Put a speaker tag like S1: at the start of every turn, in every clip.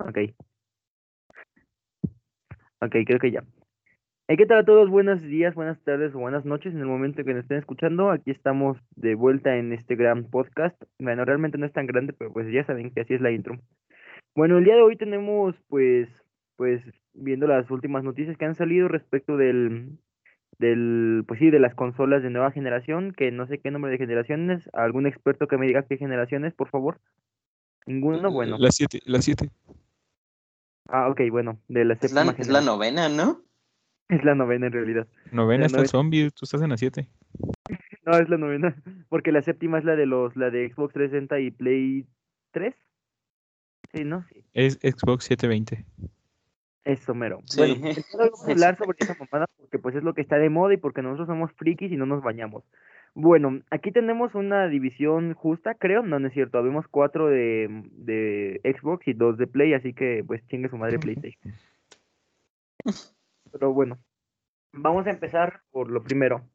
S1: Ok. Ok, creo que ya. Eh, ¿Qué tal a todos? Buenos días, buenas tardes o buenas noches en el momento que nos estén escuchando. Aquí estamos de vuelta en este gran podcast. Bueno, realmente no es tan grande, pero pues ya saben que así es la intro. Bueno, el día de hoy tenemos pues, pues viendo las últimas noticias que han salido respecto del, del, pues sí, de las consolas de nueva generación, que no sé qué nombre de generaciones. ¿Algún experto que me diga qué generaciones, por favor? Ninguno, bueno.
S2: La 7, la 7.
S1: Ah, ok, bueno, de la
S3: Es la,
S1: séptima
S3: es la
S1: generación.
S3: novena, ¿no?
S1: Es la novena en realidad.
S2: Novena
S1: La
S2: está
S1: novena.
S2: el zombie, tú estás en la 7.
S1: No, es la novena, porque la séptima es la de los, la de Xbox 360 y Play 3. Sí, ¿no? Sí.
S2: Es Xbox 720.
S1: Eso mero.
S3: Sí.
S1: Bueno, entonces vamos a hablar sobre esa mamada porque pues es lo que está de moda y porque nosotros somos frikis y no nos bañamos. Bueno, aquí tenemos una división justa, creo, no, no es cierto, habemos cuatro de, de Xbox y dos de Play, así que pues chingue su madre PlayStation. Pero bueno, vamos a empezar por lo primero.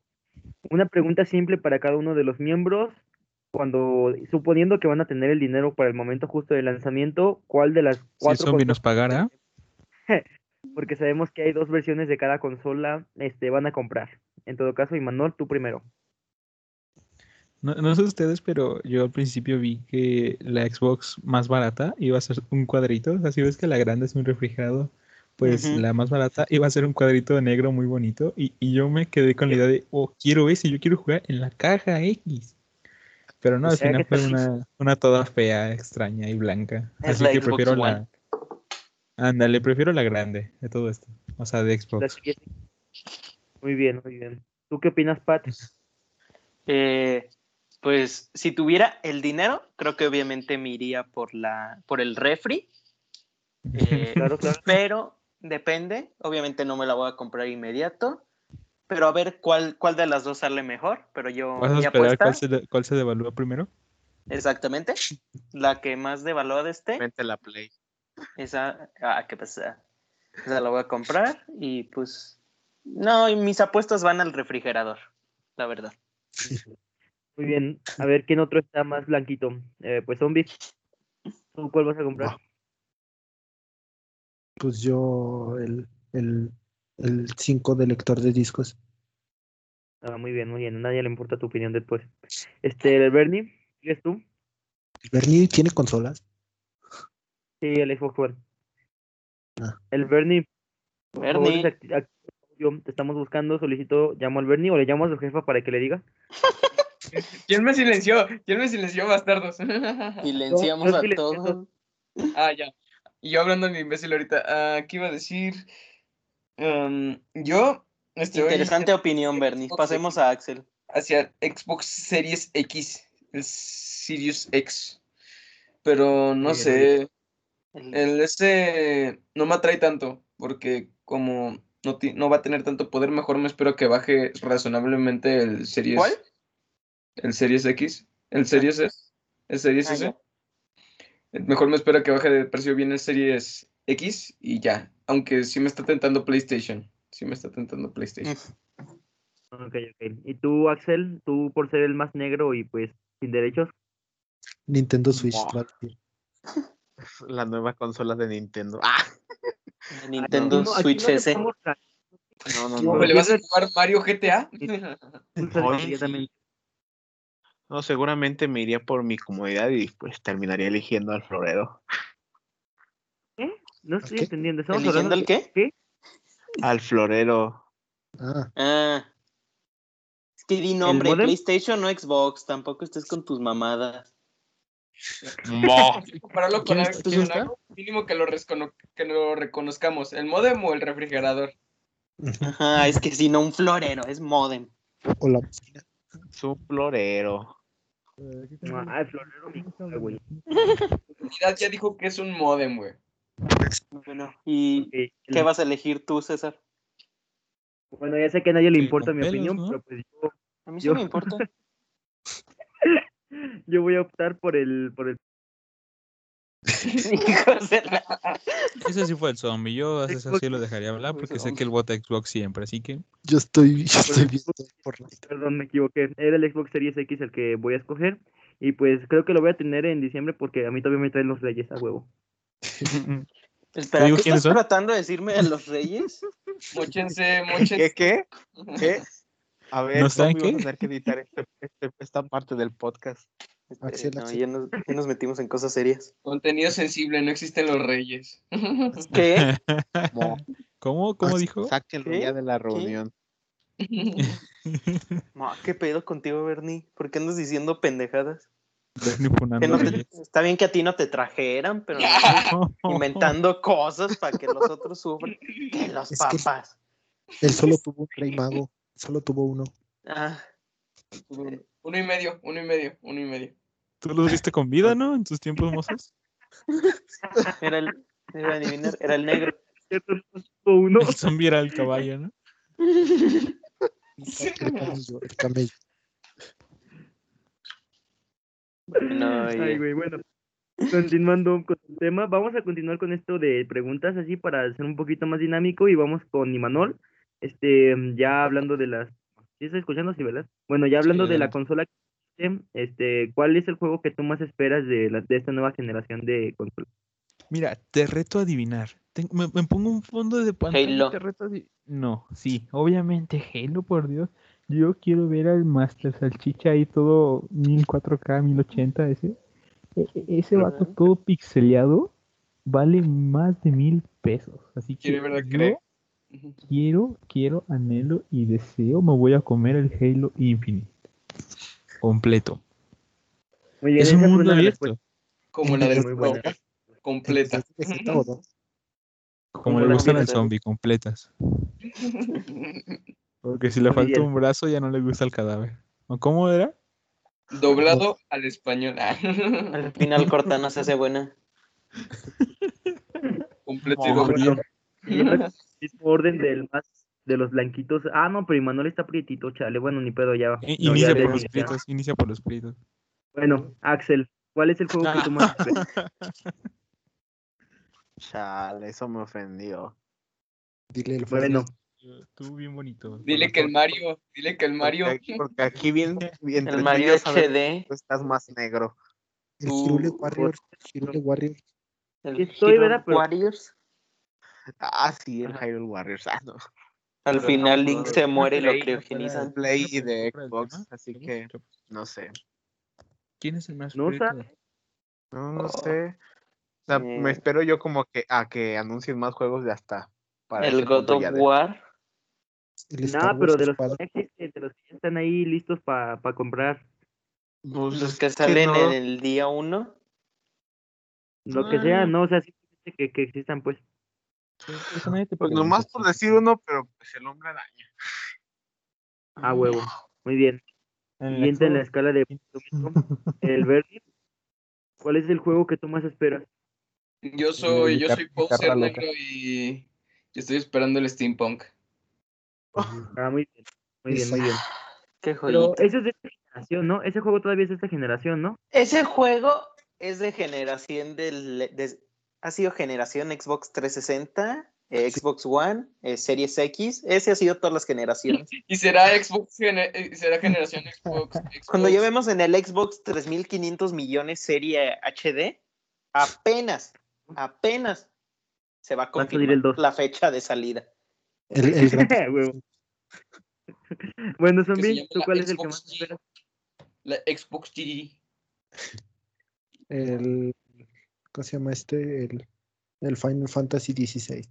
S1: Una pregunta simple para cada uno de los miembros. Cuando, suponiendo que van a tener el dinero para el momento justo del lanzamiento, ¿cuál de las
S2: Si
S1: cuatro
S2: zombie nos
S1: consolas-
S2: pagara,
S1: porque sabemos que hay dos versiones de cada consola, este, van a comprar. En todo caso, Imanol, tú primero.
S2: no, no sé ustedes, pero yo al principio vi que la Xbox más barata iba a ser un cuadrito. Así ves que la grande es un refrigerado. Pues
S3: Ujú.
S2: la más barata iba a ser un cuadrito negro muy bonito. Y, y yo me quedé con la idea de, oh, quiero ese, yo quiero jugar en la caja X. Pero no,
S1: O
S2: al
S1: sea
S2: final
S1: que
S2: fue
S1: te-
S2: una, una toda fea, extraña y blanca.
S3: Es
S2: Así
S3: la
S2: que
S3: Xbox One.
S2: prefiero la. Ándale, prefiero la grande de todo esto. O sea, de
S1: La
S2: Xbox.
S1: siguiente. Muy bien, muy bien. ¿Tú qué opinas, Pat?
S3: Eh, pues si tuviera el dinero, creo que obviamente me iría por, la, por el refri. Eh,
S1: Claro, claro.
S3: Pero depende, obviamente no me la voy a comprar inmediato. Pero a ver cuál, cuál de las dos sale mejor. Pero yo,
S2: ¿Vas a
S3: mi
S2: esperar
S3: apuesta,
S2: cuál se, de- cuál se devalúa primero?
S3: exactamente, la que más devaluada esté,
S4: Vente la Play.
S3: esa, ah, qué pasa, esa la voy a comprar. Y pues, no, y mis apuestas van al refrigerador, la verdad.
S1: Muy bien. A ver, ¿quién otro está más blanquito? Eh, pues Zombie. ¿Tú cuál vas a comprar?
S5: pues yo el, el, el 5 de lector de discos.
S1: Ah, muy bien, muy bien. A nadie le importa tu opinión después. Este, Bernie, ¿sigues tú?
S5: ¿El Bernie tiene consolas?
S1: Sí, el Xbox One.
S5: Ah.
S1: El Bernie, por favor,
S3: Bernie.
S1: desacti- activa el audio. te estamos buscando, solicito, llamo al Bernie o le llamo a su jefa para que le diga.
S6: ¿Quién me silenció? ¿Quién me silenció, bastardos?
S3: Silenciamos
S1: Yo- yo
S3: a
S1: silencioso.
S3: todos.
S6: ah, ya. Y yo hablando de imbécil ahorita. Ah, ¿Qué iba a decir? Em, yo estoy
S3: Interesante opinión, Bernie. Pasemos a Axel.
S6: hacia Xbox Series X, el Sirius X. Pero no
S1: Muy bien,
S6: sé,
S3: El-
S2: Eh,
S6: el S no me atrae tanto, porque como no, ti- no va a tener tanto poder, mejor me espero que baje razonablemente el Series.
S3: ¿Cuál?
S6: El Series X, el Series S, el Series
S3: Ah,
S6: S.
S3: ya.
S6: Eh, Mejor me espero que baje de precio bien el Series X y ya. Aunque sí me está tentando PlayStation. Sí me está tentando PlayStation.
S1: Ok, ok. ¿Y tú, Axel? Tú por ser el más negro y pues sin derechos.
S5: Nintendo Switch.
S4: Buah.
S5: te va a decir.
S4: La nueva consola de Nintendo. ¡Ah!
S3: El Nintendo
S1: Aquí Ah, no- aquí
S3: Switch
S1: no le
S3: S.
S1: pongo la
S4: No, no,
S1: No,
S4: no.
S6: ¿Cómo le vas a
S1: Yo-
S6: jugar Mario GTA?
S1: excusa
S4: Oye,
S1: de que yo también-
S4: No, seguramente me iría por mi comodidad y pues terminaría eligiendo al florero.
S1: No estoy
S5: ¿Qué?
S1: entendiendo. ¿Estamos
S3: ¿Eligiendo
S1: hablando
S3: el
S1: de
S3: qué?
S4: Al florero.
S5: Ah,
S3: Ah. Es que di nombre,
S1: modem?
S3: PlayStation o Xbox, tampoco estés con tus mamadas.
S4: ¡Mo!
S6: Compararlo con
S2: ¿Quién
S6: algo,
S2: está- quién
S6: con algo mínimo que lo, recono- que lo reconozcamos. ¿El modem o el refrigerador?
S3: Ajá, es que si no un florero, es modem.
S5: o la
S4: Es un florero.
S1: Ah, el florero, mi cosa, güey.
S6: Unidad ya dijo que es un modem, güey.
S3: Bueno, ¿y
S1: Ok, el-
S3: qué vas a elegir tú, César?
S1: Bueno, ya sé que a nadie le
S2: Sí,
S1: importa
S2: con
S1: mi
S2: pelos,
S1: opinión,
S2: ¿no?
S1: pero pues yo,
S3: A mí sí
S1: Yo.
S3: me importa.
S1: yo voy a optar por el, por el
S3: Hijos de la-
S2: Ese sí fue el zombie. Yo a César
S1: Xbox.
S2: sí lo dejaría hablar
S3: Fue
S2: porque sé
S3: zombie.
S2: que el vota Xbox siempre. Así que
S5: Yo estoy, yo estoy bien por la
S1: Perdón, me equivoqué. Era el Xbox Series X el que voy a escoger. Y pues creo que lo voy a tener en diciembre porque a mí todavía me traen los reyes a huevo.
S3: Espera,
S2: digo
S3: ¿qué
S2: quiénes
S3: estás
S2: son?
S3: tratando de decirme de los reyes?
S6: Móchense,
S4: ¿Qué?
S6: móchense.
S4: ¿Qué? ¿Qué? A ver,
S2: ¿No saben
S4: Tommy, vas a
S2: qué?
S4: tener que editar este- este- esta parte del podcast.
S5: Axel,
S3: Eh, no,
S5: Axel.
S3: ya nos, ya nos metimos en cosas serias.
S6: Contenido sensible, no existen los reyes.
S3: ¿Qué?
S4: Mo.
S2: ¿Cómo? ¿Cómo dijo?
S4: Sáquenlo
S3: ¿Qué?
S4: ya de la
S3: ¿Qué?
S4: reunión.
S3: Ma, ¿Qué pedo contigo, Bernie? ¿Por qué andas diciendo pendejadas?
S2: Bernie
S3: Que
S2: funando
S3: no te-
S2: reyes.
S3: está bien que a ti no te trajeran, pero no inventando cosas para que los otros sufran. Que los
S5: Es que-
S3: papás.
S5: Él solo tuvo un rey mago. Solo tuvo uno.
S3: Ah,
S6: Uno y medio, uno y medio, uno y medio.
S2: Tú los viste con vida, ¿no? En tus tiempos mozos.
S3: era el, era adivinar, era el negro.
S1: uno.
S2: El zombie era el caballo, ¿no?
S5: El camello, el camello.
S3: No, oye.
S1: Ay, güey, bueno. Continuando con el tema, vamos a continuar con esto de preguntas así para ser un poquito más dinámico y vamos con Imanol. Este, ya hablando de las. ¿Sí estás escuchando, sí, verdad? Bueno, ya hablando de la
S4: adelante.
S1: consola, que existe, este, ¿cuál es el juego que tú más esperas de, la, de esta nueva generación de consolas?
S2: Mira, te reto a adivinar. Ten- me, me pongo un fondo de pantalla. y
S3: Halo.
S2: Te reto a adi- No, sí, obviamente Halo, por Dios. Yo quiero ver al Master Salchicha ahí todo 1400K, 1080, ese. E- e- ese
S3: Ajá.
S2: vato todo pixeleado vale más de mil pesos. Así que
S6: Quiere ver la
S2: yo
S6: cre-
S2: quiero, quiero, anhelo y deseo, me voy a comer el Halo Infinite. Completo.
S1: Muy
S2: Es
S1: esa
S2: un
S1: fue
S2: mundo
S1: una
S2: abierto.
S6: Como la de
S1: Muy buena.
S6: completa.
S5: ¿De Zeta o no?
S2: Como
S1: Como
S2: le
S1: la
S2: gustan al
S1: vida.
S2: zombie, completas. Porque si le
S1: Muy
S2: falta
S1: bien.
S2: un brazo ya no le gusta el cadáver. ¿O cómo era?
S6: Doblado al español. Ah.
S3: Al final Cortana se hace buena.
S6: Completo y
S2: Oh,
S6: doblado.
S2: bien.
S1: Siguiendo el mismo orden del más de los blanquitos. Ah, no, pero Imanol está prietito, chale. Bueno, ni pedo, ya.
S2: Eh,
S1: no, ya
S2: inicia
S1: le-
S2: por los
S1: ya.
S2: gritos, inicia por los gritos.
S1: Bueno, Axel, ¿cuál es el juego que tú más esperas?
S4: Chale, eso me ofendió.
S5: Dile el Fortnite.
S1: Bueno,
S2: Tú bien bonito.
S6: Dile que el Mario, dile que el Mario.
S4: Porque aquí, porque aquí bien, bien
S3: El Mario
S4: sabes que
S3: HD.
S4: tú estás más negro.
S5: El
S6: tú-
S5: Hirule Warrior. Hirule Warrior.
S3: El
S1: Estoy,
S3: Hero
S1: ¿verdad? Pero-
S3: Warriors.
S4: Ah, sí, el Hyrule Warriors. Ah, no.
S3: Al
S4: Pero
S3: final
S4: no,
S3: Link
S4: no,
S3: se
S2: no
S3: muere y lo
S2: creí, no
S3: criogenizan.
S4: Play y de Xbox, así que no sé.
S2: ¿Quién es el más
S1: No
S2: prieto?
S1: sabe.
S4: No, no
S3: Oh,
S4: sé. O sea, me
S3: eh.
S4: espero yo como que a que anuncien más juegos de hasta. Para
S3: El
S4: ese
S3: God
S4: punto
S3: of
S4: ya de-
S3: War.
S5: El Star
S1: No, pero
S5: Wars
S1: de los que
S5: espada.
S1: ya existen, de los que ya están ahí listos para comprar.
S4: Pues
S3: Los
S4: es
S3: que salen
S4: no.
S3: en el día 1.
S1: Lo que
S2: Ah.
S1: sea, no, o sea, simplemente que, que existan, pues.
S2: Eso nadie te
S4: Pues
S2: pregunta,
S4: nomás por
S2: sí.
S4: decir uno, pero pues el hombre araña.
S1: Ah, huevo. Muy bien.
S2: En el
S1: Siguiente en la
S2: Xbox.
S1: escala de el Verdi. ¿Cuál es el juego que tú más esperas?
S6: Yo soy, yo
S4: Car-
S6: soy poser
S4: Carla Loca.
S6: negro y yo estoy esperando el steampunk.
S1: Ah, muy bien. Muy bien, muy bien.
S3: Qué
S1: Pero
S3: joyita.
S1: eso es de esta generación, ¿no? Ese juego todavía es de esta generación, ¿no?
S3: Ese juego es de generación del. de- ha sido generación Xbox 360, eh, Xbox One, eh, Series X. Ese ha sido todas las generaciones.
S6: Y será Xbox, gene- eh, será generación Xbox.
S3: Cuando
S6: Xbox.
S3: ya vemos en el Xbox 3500 millones serie HD, apenas, apenas se va a
S1: salir
S3: confirmar
S1: el dos.
S3: la fecha de salida.
S5: El, el gran-
S1: Huevo. Bueno, zombie,
S6: llama
S1: ¿tú
S6: la
S1: cuál es el que
S6: Xbox
S1: más esperas?
S6: La Xbox GG.
S5: el- ¿Cómo se llama este? El, el Final Fantasy XVI.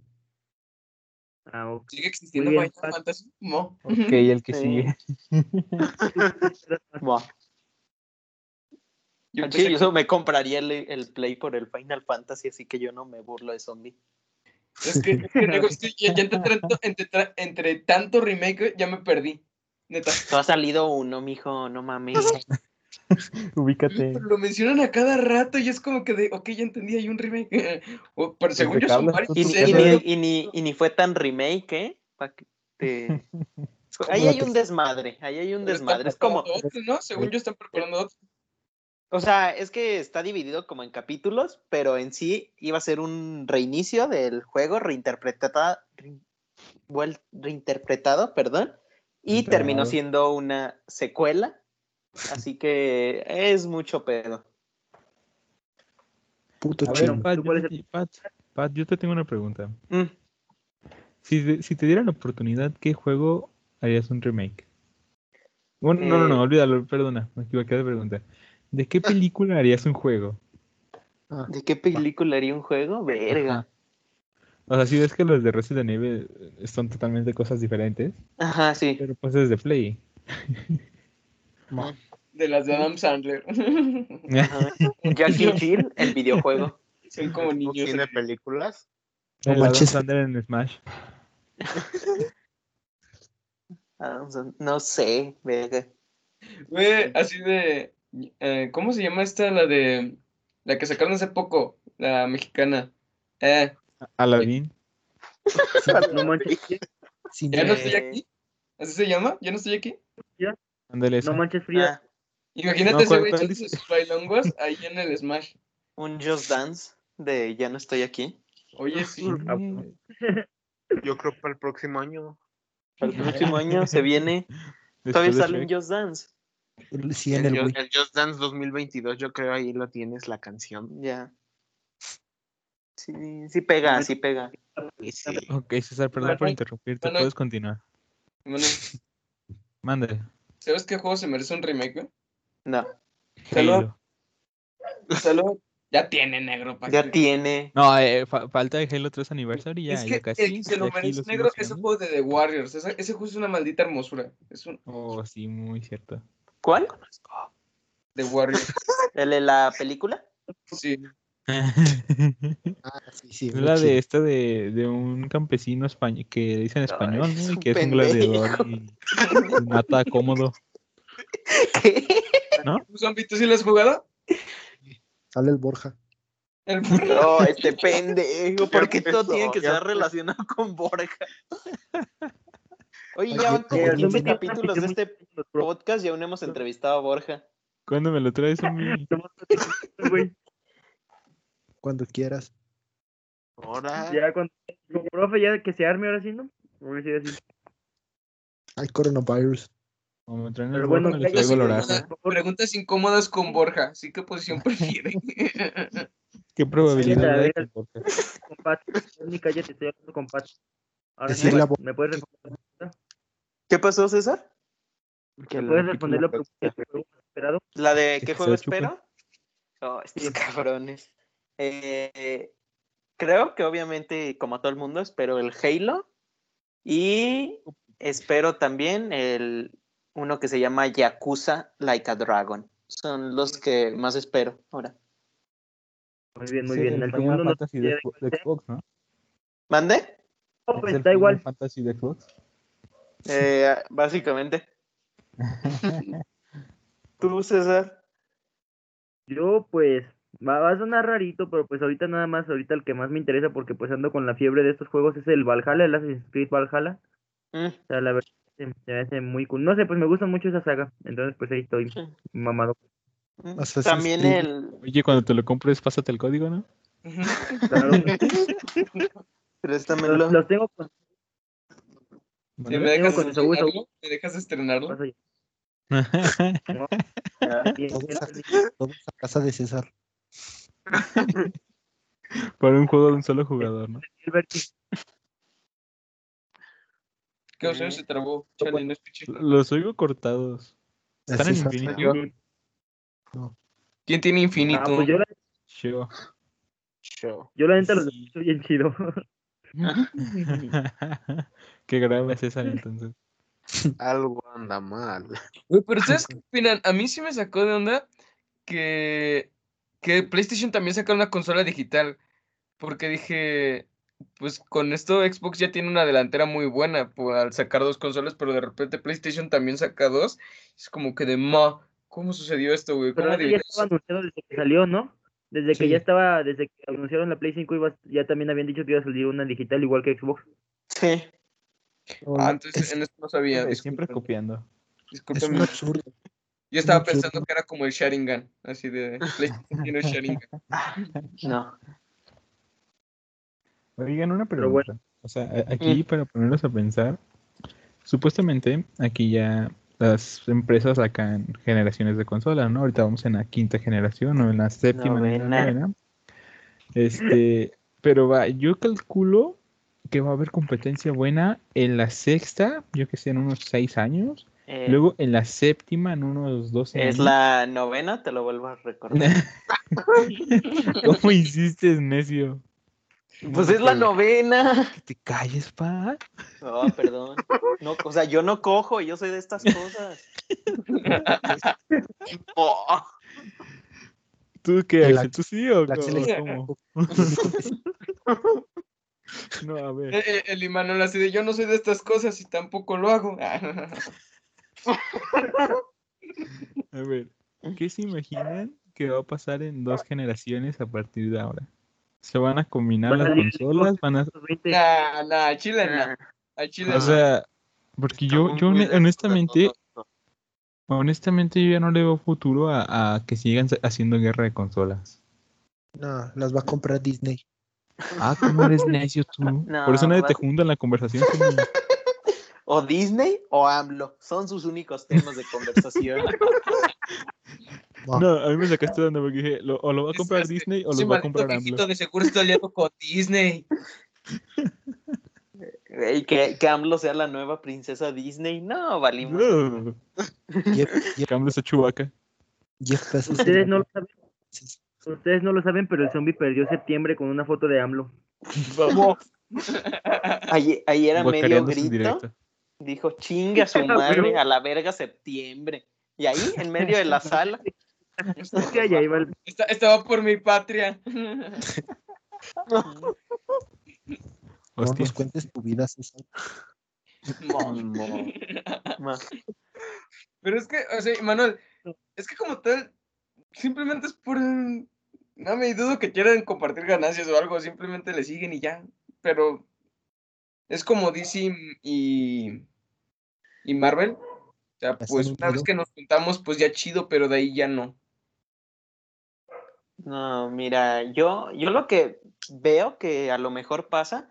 S1: Ah, ok.
S6: ¿Sigue existiendo
S1: Muy bien,
S6: Final
S1: Pat.
S6: Fantasy? No.
S2: Ok, el que
S3: Sí.
S2: sigue.
S3: Buah.
S6: Yo
S3: Al
S6: pensé
S3: chile, yo solo me compraría el, el Play por el Final Fantasy, así que yo no me burlo de zombie.
S6: que- es que, es que luego estoy- ya, ya entre, tanto, entre, tra- entre tanto remake ya me perdí. Neta.
S3: No ha salido uno, mijo, no mames.
S2: Ubícate.
S6: Pero lo mencionan a cada rato y es como que de, ok, ya entendí, hay un remake. O, pero según yo son
S4: Carlos,
S6: varios.
S3: Y, ni-
S6: en
S3: y
S6: serio.
S3: ni, y ni- y ni fue tan remake, ¿eh? Pa' que te- Ahí
S5: la
S3: hay un desmadre, ahí hay un
S6: Pero están
S3: desmadre. Es como,
S6: preparando otro, ¿no? Según yo están preparando otro.
S3: o sea, es que está dividido como en capítulos, pero en sí iba a ser un reinicio del juego reinterpretado, reinterpretado, perdón, y terminó
S5: Reinterpretado.
S3: siendo una secuela. Así que es mucho pedo.
S5: Puto
S1: A ver,
S5: chino.
S2: Pat,
S1: ¿tú
S2: yo
S1: cuál
S2: te-
S1: es
S2: Pat, Pat, yo te tengo una pregunta.
S3: Mm,
S2: Si te, si te dieran la oportunidad, ¿qué juego harías un remake? Bueno, no, no, no,
S3: Eh.
S2: olvídalo, perdona, me equivoqué de pregunta. ¿De qué película harías un juego?
S5: Ah,
S3: ¿De qué película haría un juego? Verga.
S2: O sea, si ves que los de Resident Evil eh, son totalmente cosas diferentes,
S3: Ajá, sí.
S2: pero pues es de Play.
S6: De las de Adam Sandler.
S3: Ajá. Jackie Jill, el videojuego.
S6: Son como niños.
S4: ¿Tiene películas?
S5: No
S2: El Adam
S5: manches.
S2: Sandler en Smash.
S3: Adam Sand- Ah, No sé, verga.
S6: Güey, así de. eh, ¿Cómo se llama esta? La de. La que sacaron hace poco, la mexicana. Eh,
S2: Aladdin.
S1: No manches, frías,
S5: sin
S6: ¿ya no
S5: duda.
S3: Eh.
S6: estoy aquí? ¿Así se llama? ¿Ya no estoy aquí?
S2: Ándale,
S1: no
S2: esa.
S1: manches frías.
S3: Ah,
S6: Imagínate
S2: No,
S6: ese
S2: ¿cuál-
S6: güey
S2: cuál
S6: echando
S2: dice?
S6: sus bailonguas ahí en el Smash.
S3: un Just Dance de Ya no estoy aquí.
S6: Oye, sí.
S2: Mm,
S1: Ah, bueno.
S4: Yo creo para el próximo año.
S3: Para el próximo año se viene. Todavía
S2: Después de
S3: sale un
S2: Shrek.
S3: Just Dance.
S5: Sí, en el
S4: Just-
S5: Wii.
S4: el Just Dance 2022, yo creo ahí lo tienes la canción.
S3: Ya. Sí, sí pega, sí pega.
S4: Y sí.
S2: Ok, César, perdón por
S6: Manuel,
S2: interrumpirte,
S6: Manuel.
S2: puedes continuar.
S6: Bueno,
S2: Mándale.
S6: ¿sabes qué juego se merece un remake, güey?
S3: No,
S6: Salud.
S2: Halo.
S6: Salud. Ya tiene, negro. pa'
S3: ya
S6: que-
S3: tiene.
S2: No, eh, fa- falta de Halo 3 Anniversary ya,
S6: es
S2: ya
S6: que
S2: casi.
S6: el que se lo
S2: ya aquí
S6: merece,
S2: los
S6: negro, es el
S2: emocionando.
S6: juego de The Warriors. Ese, ese juego es una maldita hermosura. Es un
S2: Oh, sí, muy cierto.
S3: ¿Cuál?
S6: The Warriors.
S3: ¿El de la película?
S6: Sí.
S2: Es
S5: Ah, sí, sí. muy
S2: la
S5: chido.
S2: de esta de, de un campesino español que dice en español,
S3: es
S2: ¿no? Y
S3: un
S2: que es un gladiador y mata cómodo.
S3: ¿Qué?
S6: ¿Tú, Zampi, tú sí lo has jugado?
S5: Sale el Borja.
S6: El
S3: No, este pendejo.
S4: Ya
S3: Porque todo
S4: empezó,
S3: tiene que
S4: ya
S3: estar relacionado con Borja. Oye,
S5: Ay,
S3: ya van
S5: qué
S3: como
S5: pena.
S3: 15 capítulos de este
S1: Los pro-
S3: podcast y aún hemos entrevistado a Borja.
S2: ¿Cuándo me lo traes a mí?
S1: no manches, güey.
S5: Cuando quieras.
S4: Ahora,
S1: Ya cuando. como profe, ya que se arme ahora sí, ¿no? Ahora sí, así.
S5: Hay coronavirus.
S2: O me traen el
S1: Pero
S2: gordo,
S1: bueno,
S2: le traigo el
S1: cállate,
S2: horazo.
S1: por favor.
S6: Preguntas incómodas con Borja. pues ¿Sí qué posición prefiere?
S2: ¿Qué probabilidad
S1: la
S2: hay
S1: verga.
S2: que corte?
S1: con Pat. Ni cállate, estoy hablando con Pat. Ahora
S5: Decirle
S1: sí,
S5: a
S1: Pat,
S5: Bo-
S1: ¿me puedes responder,
S3: ¿Qué pasó, César?
S4: que
S1: ¿me
S4: lo
S1: puedes
S4: repito
S1: responder
S4: la
S1: la pregunta del juego esperado?
S3: ¿La de
S2: Que
S3: qué
S2: se
S3: juego
S2: la chupe.
S3: espero? Oh, estos cabrones. Eh, creo que obviamente, como a todo el mundo, espero el Halo. Y espero también el uno que se llama Yakuza Like a Dragon. Son los que más espero ahora.
S1: Muy bien, muy
S2: Es
S1: bien.
S2: el
S1: El
S2: Final
S1: segundo no
S2: Fantasy
S1: sé
S2: de,
S1: de
S2: Xbox-
S1: cuál
S2: de
S1: sea.
S2: Xbox, ¿no?
S3: ¿Mande?
S1: No,
S2: Es
S1: pues
S2: el
S1: da igual.
S2: Final Fantasy de Xbox.
S3: Eh, básicamente. Tú, César.
S1: Yo, pues, va, va a sonar rarito, pero pues ahorita nada más, ahorita el que más me interesa, porque pues ando con la fiebre de estos juegos, es el Valhalla, el Assassin's Creed Valhalla.
S3: Mm,
S1: O sea, la verdad, se, se me hace muy cool. No sé, pues me gusta mucho esa saga. Entonces, pues ahí estoy,
S3: Sí.
S1: mamado.
S3: mm.
S5: Assassin's
S3: También
S5: Creed.
S3: el
S2: Oye, cuando te lo compres, pásate el código, ¿no?
S1: Claro,
S3: préstamelo.
S1: los, los tengo con...
S6: Si me
S2: Mándale.
S6: dejas
S1: Con su gusto.
S6: estrenarlo, ¿me dejas estrenarlo?
S1: paso ya. Bien,
S5: Todos a,
S1: bien.
S5: todos a casa de César.
S2: Para un juego de un solo jugador, ¿no?
S1: Silver King,
S6: ¿Qué opción se trabó? Chale, no escuché.
S2: Los oigo cortados. Están en
S5: César.
S2: infinito.
S6: Yo. ¿Quién tiene infinito?
S1: Ah, pues yo la,
S2: Yo.
S4: show.
S1: yo la neta los
S2: Sí.
S1: escucho bien chido.
S2: Qué grave es esa entonces.
S4: Algo anda mal.
S6: Güey, pero ¿sabes qué opinan? A mí sí me sacó de onda que, que PlayStation también saca una consola digital. Porque dije, pues con esto Xbox ya tiene una delantera muy buena por, al sacar dos consolas, pero de repente PlayStation también saca dos. Es como que de ma, ¿cómo sucedió esto, güey?
S1: Pero
S6: ¿Cómo
S1: eso ya
S6: adiviné
S1: estaba
S6: eso?
S1: anunciado desde que salió, ¿no? Desde que
S5: Sí.
S1: ya estaba, desde que anunciaron la Play 5, iba- ya también habían dicho que iba a salir una digital igual que Xbox.
S3: Sí.
S6: Ah, entonces en esto no sabía.
S2: Siempre, siempre
S6: disculpen,
S2: copiando.
S3: Ah,
S5: Es un
S6: discúlpenme.
S5: absurdo.
S6: Yo estaba
S5: un absurdo.
S6: pensando que era como el Sharingan, así de PlayStation tiene Sharingan.
S3: No.
S2: Oigan, una
S1: Pero
S2: pregunta. O sea, a- aquí para ponerlos a pensar, supuestamente aquí ya las empresas sacan generaciones de consolas, ¿no? Ahorita vamos en la quinta generación o en la séptima, en la
S3: Novena.
S2: novena. Este, pero va, yo calculo que va a haber competencia buena en la sexta, yo que sé, en unos seis años.
S3: Eh,
S2: Luego en la séptima, en unos 12 años.
S3: es la novena, te lo vuelvo a recordar.
S2: ¿Cómo hiciste, necio?
S3: pues es la novena.
S2: Que te calles, pa.
S3: No, Oh, perdón. No, o sea, yo no cojo, yo soy de estas cosas. Oh,
S2: ¿Tú qué,
S5: El
S2: Axel? ¿Tú sí o
S5: el Axel
S2: o
S5: es-
S2: cómo? No, a ver.
S6: Eh, eh, El Imanol así de yo no soy de estas cosas y tampoco lo hago.
S2: A ver, ¿qué se imaginan que va a pasar en dos generaciones a partir de ahora? ¿Se van a combinar
S1: Van a
S2: las
S1: salir
S2: consolas? ¿Van a...
S1: 20,
S6: Nah, nah, al chile, nah. al chile.
S2: O sea, porque yo,
S4: Estamos
S2: yo
S4: muy
S2: hone-
S4: lejos de
S2: honestamente,
S4: todo
S2: honestamente yo ya no le veo futuro a, a que sigan sa- haciendo guerra de consolas.
S5: No, las va a comprar Disney.
S2: Ah, ¿cómo eres necio tú?
S3: No,
S2: Por eso nadie te
S3: vas-
S2: junta en la conversación. coño.
S3: o Disney o AMLO. Son sus únicos temas de conversación.
S5: Ah.
S2: No, a mí me sacaste de onda porque dije, lo- o lo va a
S6: Es-
S2: comprar
S6: es-
S2: Disney o
S6: ese
S2: lo va a
S6: maldito
S2: comprar AMLO.
S6: viejito de seguro está aliado con Disney.
S3: Y que, que AMLO sea la nueva princesa Disney. No, valimos.
S2: No,
S5: Jeff, Jeff-
S2: cambio esa chubaca.
S5: Jeff Bezos.
S1: Ustedes no lo saben. Ustedes no lo saben, pero el zombie perdió septiembre con una foto de AMLO.
S3: Ayer, ayer a medio
S2: Guacareándose en
S3: grito
S2: directo.
S3: dijo chinga su madre a la verga septiembre. Y ahí, en medio de la sala,
S1: Es que allá iba el-
S6: Esta, esta va por mi patria.
S5: No
S2: Hostia.
S5: nos cuentes tu vida, César.
S6: Mo.
S3: ma,
S6: Pero es que, o sea, Manuel, es que como tal, simplemente es por... el- No me dudo que quieran compartir ganancias o algo, simplemente le siguen y ya. Pero es como DC y, y Marvel. O sea,
S5: Están
S6: pues una vez
S5: unidos.
S6: que nos juntamos, pues ya chido, pero de ahí ya no.
S3: no, mira, yo, yo lo que veo que a lo mejor pasa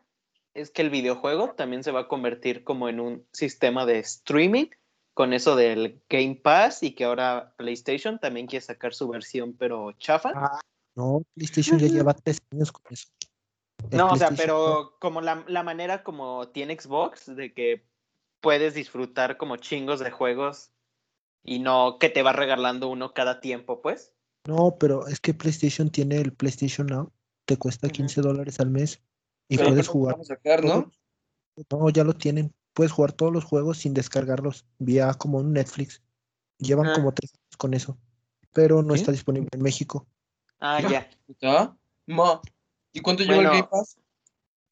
S3: es que el videojuego también se va a convertir como en un sistema de streaming con eso del Game Pass y que ahora PlayStation también quiere sacar su versión pero chafa.
S5: No, PlayStation ya lleva tres años con eso. El
S3: No, o sea,
S5: PlayStation
S3: pero como la, la manera como tiene Xbox de que puedes disfrutar como chingos de juegos y no que te va regalando uno cada tiempo, pues.
S5: No, pero es que PlayStation tiene el PlayStation Now. Te cuesta
S3: Ujú.
S5: 15 dólares al mes y
S6: Pero
S5: puedes
S6: no lo
S5: jugar.
S6: vamos a sacar, ¿no?
S5: No, ya lo tienen. Puedes jugar todos los juegos sin descargarlos vía como un Netflix. Llevan
S3: Ah.
S5: como tres años con eso. Pero no
S2: ¿Qué?
S5: está disponible en México.
S3: Ah,
S6: Ya.
S3: ya.
S6: ¿Ya? Mo. ¿Y cuánto lleva
S3: Bueno,
S6: el Game Pass?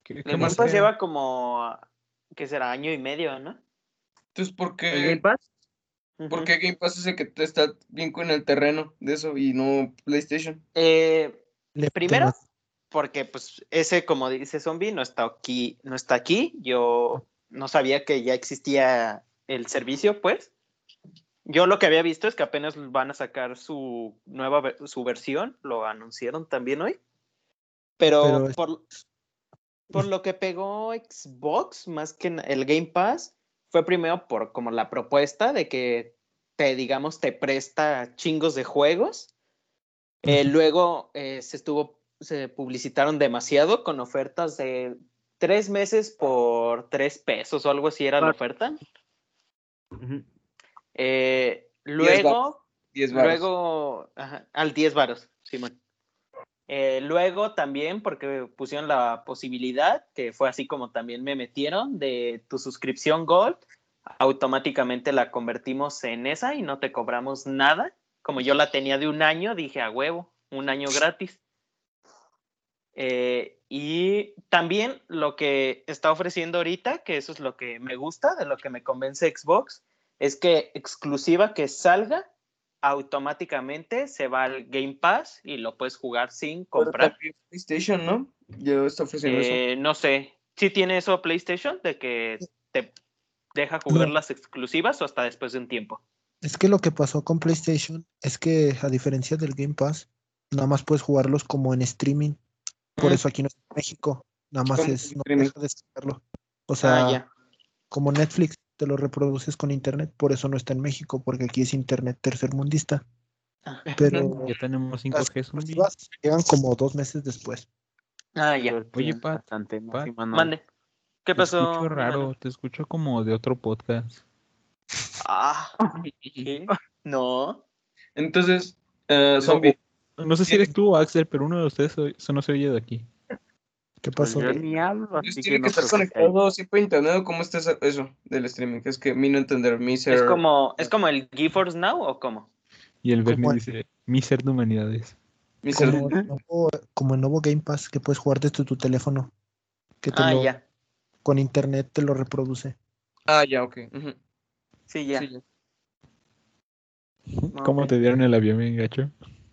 S2: ¿Qué- qué
S3: El Game
S2: más
S3: Pass
S2: era?
S3: lleva como, ¿qué será? Año y medio, ¿no?
S6: Entonces, ¿por
S1: el Game
S6: qué,
S1: Pass.
S3: Ujú.
S6: ¿por qué Game Pass es el que te está bien con el terreno de eso y no PlayStation?
S3: Eh,
S5: Le meten
S3: primero,
S5: más.
S3: porque pues ese, como dice Zombie, no está aquí, no está aquí. Yo no sabía que ya existía el servicio, pues. Yo lo que había visto es que apenas van a sacar su nueva ver- su versión, lo anunciaron también hoy. Pero,
S5: Pero es-
S3: por, por lo que pegó Xbox, más que na- el Game Pass, fue primero por como la propuesta de que te, digamos, te presta chingos de juegos. Eh, luego eh, se estuvo, se publicitaron demasiado con ofertas de tres meses por tres pesos o algo así era la
S1: Claro.
S3: oferta.
S1: Ujú.
S3: Eh,
S6: Diez
S3: luego,
S6: 10 baros.
S3: luego, ajá, al 10 varos, Simón. Eh, luego también, porque pusieron la posibilidad, que fue así como también me metieron, de tu suscripción Gold, automáticamente la convertimos en esa y no te cobramos nada. Como yo la tenía de un año, dije a huevo, un año gratis. Eh, y también lo que está ofreciendo ahorita, que eso es lo que me gusta, de lo que me convence Xbox, es que exclusiva que salga, automáticamente se va al Game Pass y lo puedes jugar sin
S6: Pero
S3: comprar.
S6: también PlayStation, ¿no? Yo está ofreciendo eso.
S3: Eh, no sé, si tiene eso PlayStation de que te deja jugar
S5: No.
S3: las exclusivas o hasta después de un tiempo.
S5: Es que lo que pasó con PlayStation es que, a diferencia del Game Pass, nada más puedes jugarlos como en streaming. Por
S6: Mm.
S5: eso aquí no está en México. Nada más
S6: ¿Cómo
S5: es,
S6: en
S5: no
S6: streaming?
S5: deja descargarlo. O sea,
S3: ah, ya.
S5: como Netflix, te lo reproduces con internet. Por eso no está en México, porque aquí es internet tercermundista. Pero
S2: Ya tenemos
S5: las
S2: 5G zombie.
S5: exclusivas llegan como dos meses después.
S3: Ah, ya.
S2: Oye, Pat,
S4: Bastante más
S2: Pat.
S4: y más no.
S3: Mande. ¿Qué
S2: te
S3: pasó?
S2: escucho raro,
S3: hermano?
S2: te escucho como de otro podcast.
S3: Ah, ¿qué? No.
S6: Entonces, eh,
S2: No.
S6: zombie.
S2: No sé si eres tú o Axel, pero uno de ustedes hoy- eso no se oye de aquí.
S5: ¿Qué
S4: Pues
S5: pasó?
S4: yo ni hablo, así que
S6: tiene
S4: no
S6: que estar
S4: creo que sea.
S6: conectado siempre a internet. ¿Cómo está esa- eso del streaming? Es que a mí no entender, mi
S3: ¿Es
S6: ser-
S3: como, ¿Es como el GeForce Now o cómo?
S2: Y el
S5: ¿Cómo
S2: Bernie
S5: es?
S2: dice, miser de humanidades.
S6: mi ser-
S5: Como el, nuevo, como el nuevo Game Pass que puedes jugar desde tu teléfono. Que te
S3: Ah,
S5: lo-
S3: ya.
S5: con internet te lo reproduce.
S6: Ah, ya, ok. ujú,
S3: Sí, ya.
S6: sí, ya.
S2: ¿Cómo
S3: Ok.
S2: te dieron el avión, bien gacho?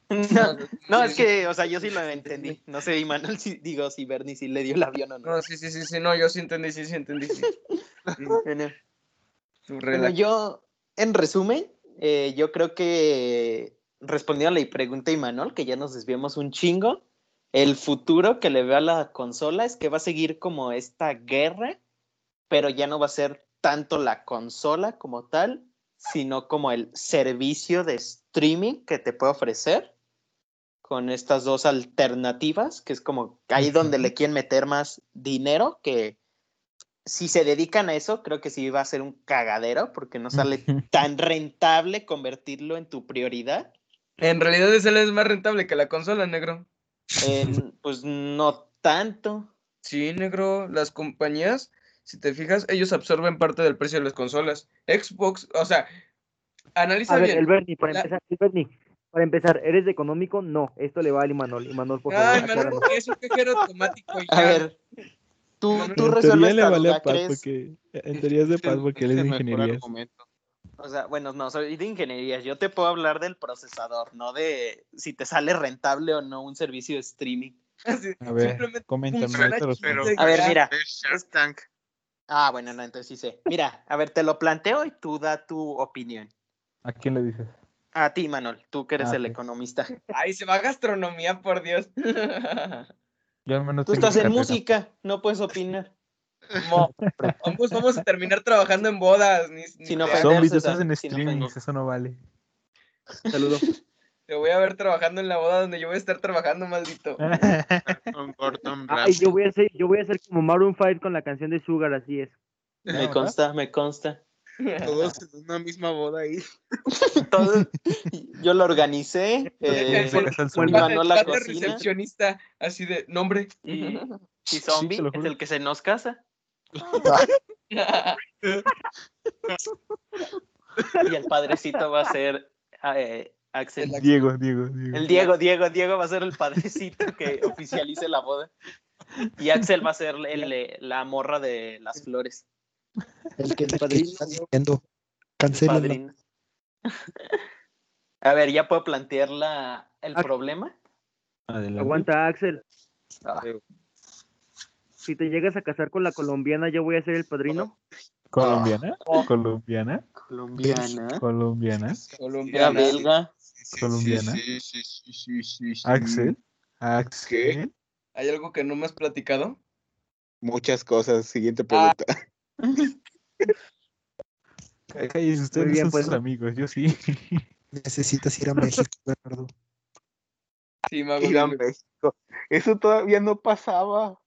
S3: No, no, es que, o sea, yo sí lo entendí. No sé, Imanol, si, digo, si Bernie sí le dio el avión o no.
S6: No, sí, sí, sí, sí, no, yo sí entendí, sí, sí entendí. Sí. Sí,
S3: Bueno.
S6: tu
S3: Bueno,
S6: relax.
S3: yo, en resumen, eh, yo creo que respondiendo a la pregunta de Imanol, que ya nos desviamos un chingo, el futuro que le veo a la consola es que va a seguir como esta guerra, pero ya no va a ser tanto la consola como tal, sino como el servicio de streaming que te puede ofrecer con estas dos alternativas, que es como ahí donde le quieren meter más dinero, que si se dedican a eso, creo que sí va a ser un cagadero, porque no sale tan rentable convertirlo en tu prioridad.
S6: En realidad esa es más rentable que la consola, negro.
S3: En, pues no tanto.
S6: Sí, negro, las compañías, si te fijas, ellos absorben parte del precio de las consolas. Xbox, o sea, analiza
S1: A ver,
S6: bien.
S1: el Bernie, para
S6: La-
S1: empezar, el Bernie, para empezar, ¿eres de económico? No, esto le va al Imanol. Imanol, por favor,
S6: Ay, man,
S1: acláranos.
S6: es un cajero automático. y
S3: A
S6: ya.
S3: ver, tú,
S6: No, no,
S3: tú
S2: en teoría
S3: resuelves
S2: le
S3: esta
S2: vale a
S3: duda,
S2: Pat
S3: ¿crees?
S2: porque... En teoría es de Pat porque él es de ingeniería.
S3: O sea, bueno, no, soy de ingeniería. Yo te puedo hablar del procesador, no de si te sale rentable o no un servicio de streaming.
S6: Así,
S2: A ver,
S6: simplemente
S2: coméntame.
S6: funciona
S2: ahorita los
S6: chingada.
S2: cuento.
S3: A ver,
S6: Ya.
S3: mira,
S4: Este pues, Es Shark Tank.
S3: Ah, bueno, no, entonces sí sé. Mira, a ver, te lo planteo y tú da tu opinión.
S2: ¿A quién le dices?
S3: A ti, Manol, tú que eres
S2: Ah,
S3: el
S2: ok.
S3: economista.
S6: Ay, se va a gastronomía, por Dios.
S2: Yo al menos
S3: Tú
S2: tengo
S3: estás en
S2: carrera.
S3: música, no puedes opinar.
S6: Mo, ambos vamos a terminar trabajando en bodas. ni- ni
S3: Sin ofender.
S6: te,
S2: Zombie, tú
S3: César,
S2: estás en
S3: si no
S2: streaming,
S3: tengo.
S2: eso no vale.
S1: Saludos.
S6: te voy a ver trabajando en la boda donde yo voy a estar trabajando, maldito.
S4: Con Gordon
S1: Ay,
S4: Ramsay.
S1: yo voy a ser, yo voy a ser como Maroon 5 con la canción de Sugar, así es.
S3: Me consta, me consta.
S4: Todos en una misma boda ahí.
S3: Todo- yo lo organicé. Eh,
S6: Por-
S2: Porque es el
S1: por-
S2: zombie.
S3: Imanol la
S6: Contratando al
S3: cocina.
S6: recepcionista, así de nombre.
S3: y, y
S2: Sí,
S3: Zombie
S2: te lo
S3: es
S2: juro.
S3: el que se nos casa. Y el padrecito va a ser eh, Axel.
S2: Diego, Diego, Diego.
S3: El Diego, Diego, Diego va a ser el padrecito que oficialice la boda. Y Axel va a ser el- el- la morra de las flores.
S5: El que, el que
S1: padrino,
S5: está
S1: ¿no?
S5: diciendo. Cancelen.
S3: Padrino. A ver, ¿ya puedo plantear la, el
S1: Ah.
S3: problema?
S2: Adelante.
S1: Aguanta, Axel.
S3: Ah.
S1: Si te llegas a casar con la colombiana, yo voy a ser el padrino.
S2: ¿Colombiana?
S3: Oh.
S2: ¿Colombiana? ¿eh?
S3: Colombiana.
S2: ¿Colombiana?
S4: Pues,
S3: Era
S4: ¿eh?
S6: Colombiana.
S3: belga.
S2: colombiana.
S4: Sí, sí, sí, sí, sí, sí.
S2: ¿Axel? ¿Axel?
S6: ¿Hay algo que no me has platicado?
S4: Muchas cosas. Siguiente pregunta.
S2: Ay, ustedes
S1: Muy
S2: no
S1: bien,
S2: son
S1: pues.
S2: sus amigos, yo sí.
S5: Necesitas ir a México, Bernardo.
S6: Sí, mago.
S4: Iba a México. Eso todavía no pasaba.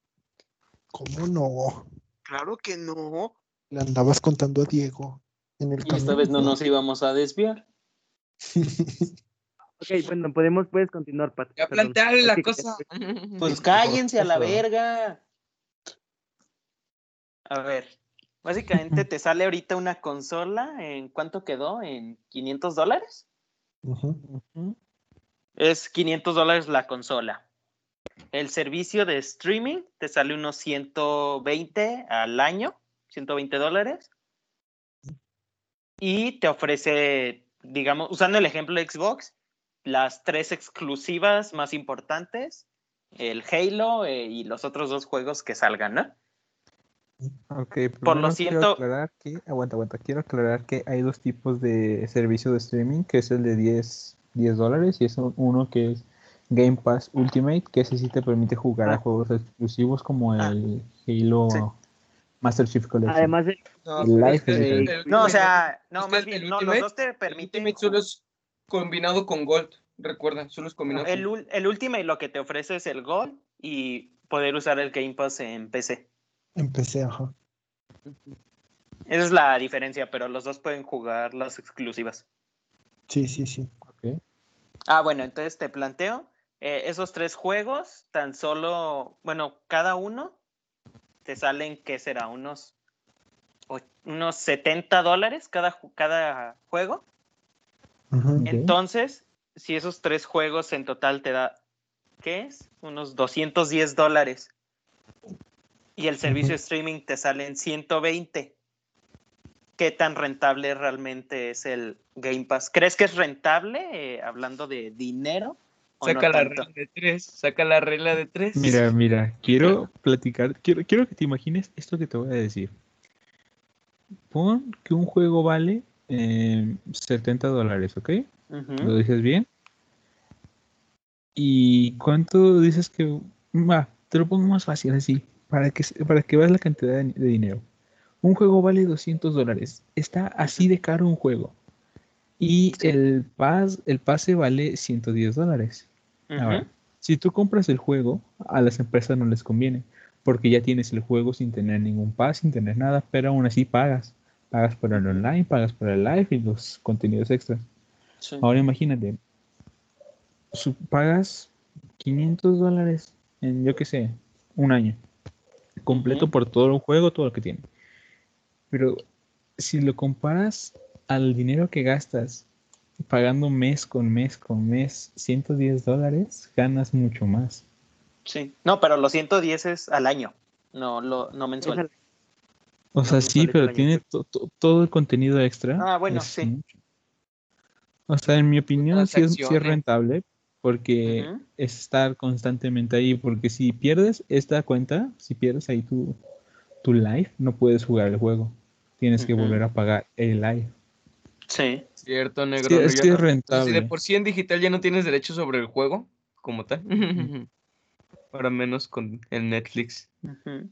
S5: ¿Cómo no?
S4: Claro que no.
S5: Le andabas contando a Diego en el
S3: Y esta
S5: camión.
S3: vez no nos íbamos a desviar.
S1: Ok, bueno, podemos, puedes continuar, Pat.
S6: Ya
S1: perdón.
S6: plantearle la
S1: Así que-
S6: cosa.
S3: Pues cállense a la
S2: eso.
S3: verga. A ver, básicamente te sale ahorita una consola en cuánto quedó, en 500 dólares.
S5: Ujú.
S3: Es 500 dólares la consola. El servicio de streaming te sale unos 120 al año, 120 dólares. Y te ofrece, digamos, usando el ejemplo de Xbox, las tres exclusivas más importantes, el Halo eh, y los otros dos juegos que salgan, ¿no?
S2: Ok,
S3: Por lo
S2: primero
S3: cierto-
S2: Quiero aclarar que, aguanta, aguanta. Quiero aclarar que hay dos tipos de servicio de streaming, que es el de 10, 10 dólares y es un- uno que es Game Pass Ultimate, que ese sí te permite jugar
S1: Ah.
S2: a juegos exclusivos como
S3: Ah.
S2: el Halo
S3: Sí.
S2: Master Chief Collection.
S1: Además, el-
S6: No,
S2: El
S6: pero
S2: live
S6: es que
S2: es
S6: el-
S1: diferente.
S6: el
S3: No, o
S6: Ultimate-
S3: sea, no,
S6: es que
S3: más
S6: el
S3: bien, no,
S6: Ultimate-
S3: los dos te
S6: el
S3: permiten.
S6: Ultimate solo es combinado con Gold. Recuerda, solo es combinado
S3: El,
S6: con
S3: ul- el Ultimate lo que te ofrece es el Gold y poder usar el Game Pass en PC.
S5: Empecé, ajá.
S3: Esa es la diferencia, pero los dos pueden jugar las exclusivas.
S5: Sí, sí, sí.
S3: Ah, bueno, entonces te planteo eh, esos tres juegos, tan solo, bueno, cada uno te salen, ¿qué será? Unos, och- unos 70 dólares cada, ju- cada juego.
S5: Ujú.
S2: Ok.
S3: Entonces, si esos tres juegos en total te da, ¿qué es? Unos 210 dólares. Y el servicio de streaming te sale en 120. ¿Qué tan rentable realmente es el Game Pass? ¿Crees que es rentable eh, hablando de dinero? o no
S6: Saca la
S3: tanto?
S6: regla de tres. Saca la regla de tres.
S2: Mira, mira, quiero platicar, quiero, quiero que te imagines esto que te voy a decir. Pon que un juego vale eh, 70 dólares, ¿ok? ¿Lo
S3: Ujú.
S2: dices bien? ¿Y cuánto dices que... va, te lo pongo más fácil así, para que, se- para que veas la cantidad de, de dinero. Un juego vale 200 dólares. Está así de caro un juego. Y el, pas, el pase vale 110 dólares.
S3: Ujú.
S2: Ahora, si tú compras el juego, a las empresas no les conviene, porque ya tienes el juego sin tener ningún pass, sin tener nada, pero aún así pagas. Pagas por el online, pagas por el live y los contenidos extras.
S3: Sí.
S2: Ahora imagínate, su- pagas 500 dólares en, yo qué sé, un año, completo
S3: Ujú.
S2: por todo el juego, todo lo que tiene. Pero si lo comparas al dinero que gastas pagando mes con mes con mes 110 dólares, ganas mucho más.
S3: Sí. No, pero los 110 es al año, no, lo, no
S1: Es
S3: mensual.
S1: al-
S2: O sea,
S1: no,
S2: sí,
S1: sale
S2: pero
S1: cada año.
S2: tiene to- to- todo el contenido extra.
S3: Ah, bueno,
S2: es
S3: sí.
S2: mucho. O sea, en mi opinión, sí es, sí es
S6: transacciones.
S2: rentable porque
S3: Ujú.
S2: es estar constantemente ahí. Porque si pierdes esta cuenta, si pierdes ahí tu, tu live, no puedes jugar el juego. Tienes que
S3: Ujú.
S2: volver a pagar el live.
S3: Sí.
S6: Cierto, negro.
S2: Sí,
S6: no,
S2: es
S6: ya
S2: que es
S6: no- o sea, si de
S2: rentable.
S6: por sí en digital ya no tienes derecho sobre el juego, como tal. Para menos con el Netflix.
S3: Ujú.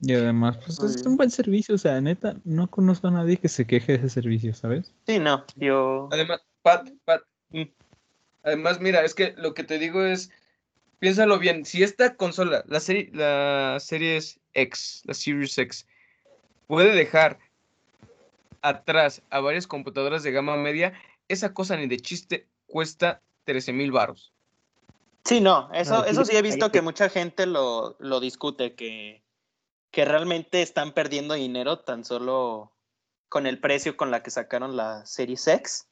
S2: Y además, pues
S3: Muy
S2: es
S3: bien.
S2: un buen servicio. O sea, neta, no conozco a nadie que se queje de ese servicio, ¿sabes?
S3: Sí, no, yo...
S6: Además, Pat, Pat. mm. Además, mira, es que lo que te digo es, piénsalo bien, si esta consola, la serie, la Series X, la Series X, puede dejar atrás a varias computadoras de gama media, esa cosa ni de chiste cuesta 13 mil baros.
S3: Sí, no, eso,
S1: sí,
S3: eso sí he visto
S1: cállate.
S3: que mucha gente lo, lo discute, que, que realmente están perdiendo dinero tan solo con el precio con la que sacaron la Series X.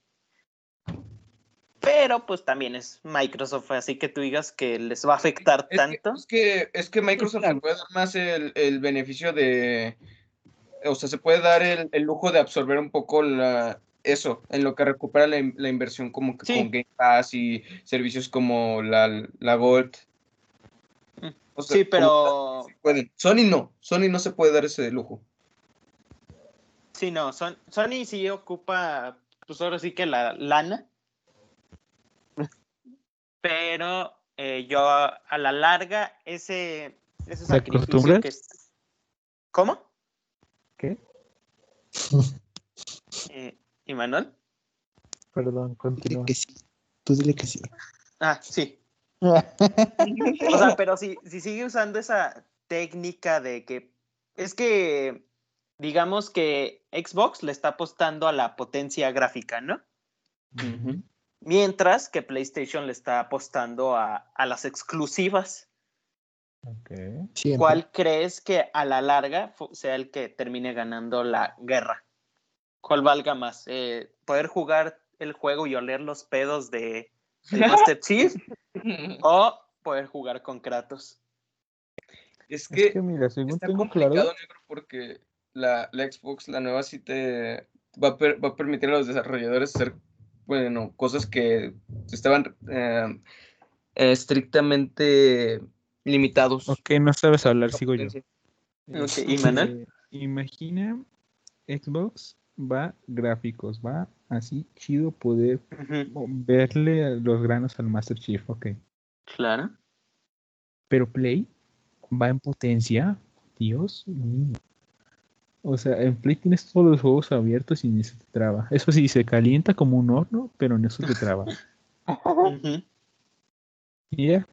S3: Pero pues también es Microsoft, así que tú digas que les va a afectar
S6: Es que,
S3: tanto.
S6: es que, es que Microsoft se puede dar más el, el beneficio de. O sea, se puede dar el, el lujo de absorber un poco la, eso, en lo que recupera la, in- la inversión como que
S3: Sí.
S6: con Game Pass y servicios como la, la Gold.
S3: Mm.
S6: O sea,
S3: Sí,
S6: como
S3: pero...
S6: que pueden. Sony no. Sony no se puede dar ese lujo.
S3: Sí, no, Son- Sony sí ocupa, pues ahora sí que la lana. Pero eh, yo a, a la larga, ese, ese
S2: ¿Te
S3: sacrificio
S2: acostumbras?
S3: que es. ¿Cómo?
S2: ¿Qué?
S3: Eh, ¿Y Manuel?
S5: Perdón,
S2: continúa.
S5: Dile que sí. Tú dile que sí.
S3: Ah, sí. O sea, pero si, si sigue usando esa técnica de que. Es que, digamos que Xbox le está apostando a la potencia gráfica, ¿no? Mientras que PlayStation le está apostando a, a las exclusivas.
S2: Ok.
S5: Siempre.
S3: ¿Cuál crees que a la larga fu- sea el que termine ganando la guerra? ¿Cuál valga más? Eh, ¿Poder jugar el juego y oler los pedos de del Master Chief o poder jugar con Kratos?
S6: Es
S2: Es
S6: que
S2: que mira, según
S6: está
S2: tengo
S6: complicado,
S2: claro,
S6: negro, porque la, la Xbox, la nueva, sí te va a, per- va a permitir a los desarrolladores hacer, bueno, cosas que estaban eh, estrictamente limitados.
S2: ok, no sabes hablar,
S6: La
S2: sigo yo.
S6: potencia.
S2: Este,
S3: ¿y Manuel?
S2: Imagina Xbox va gráficos, va así chido poder
S3: Ujú,
S2: verle a los granos al Master Chief, ok.
S3: Claro.
S2: Pero Play va en potencia, Dios mío. O sea, en Play tienes todos los juegos abiertos y ni se te traba. Eso sí, se calienta como un horno, pero no se te traba.
S3: Ujú.
S2: Y ya,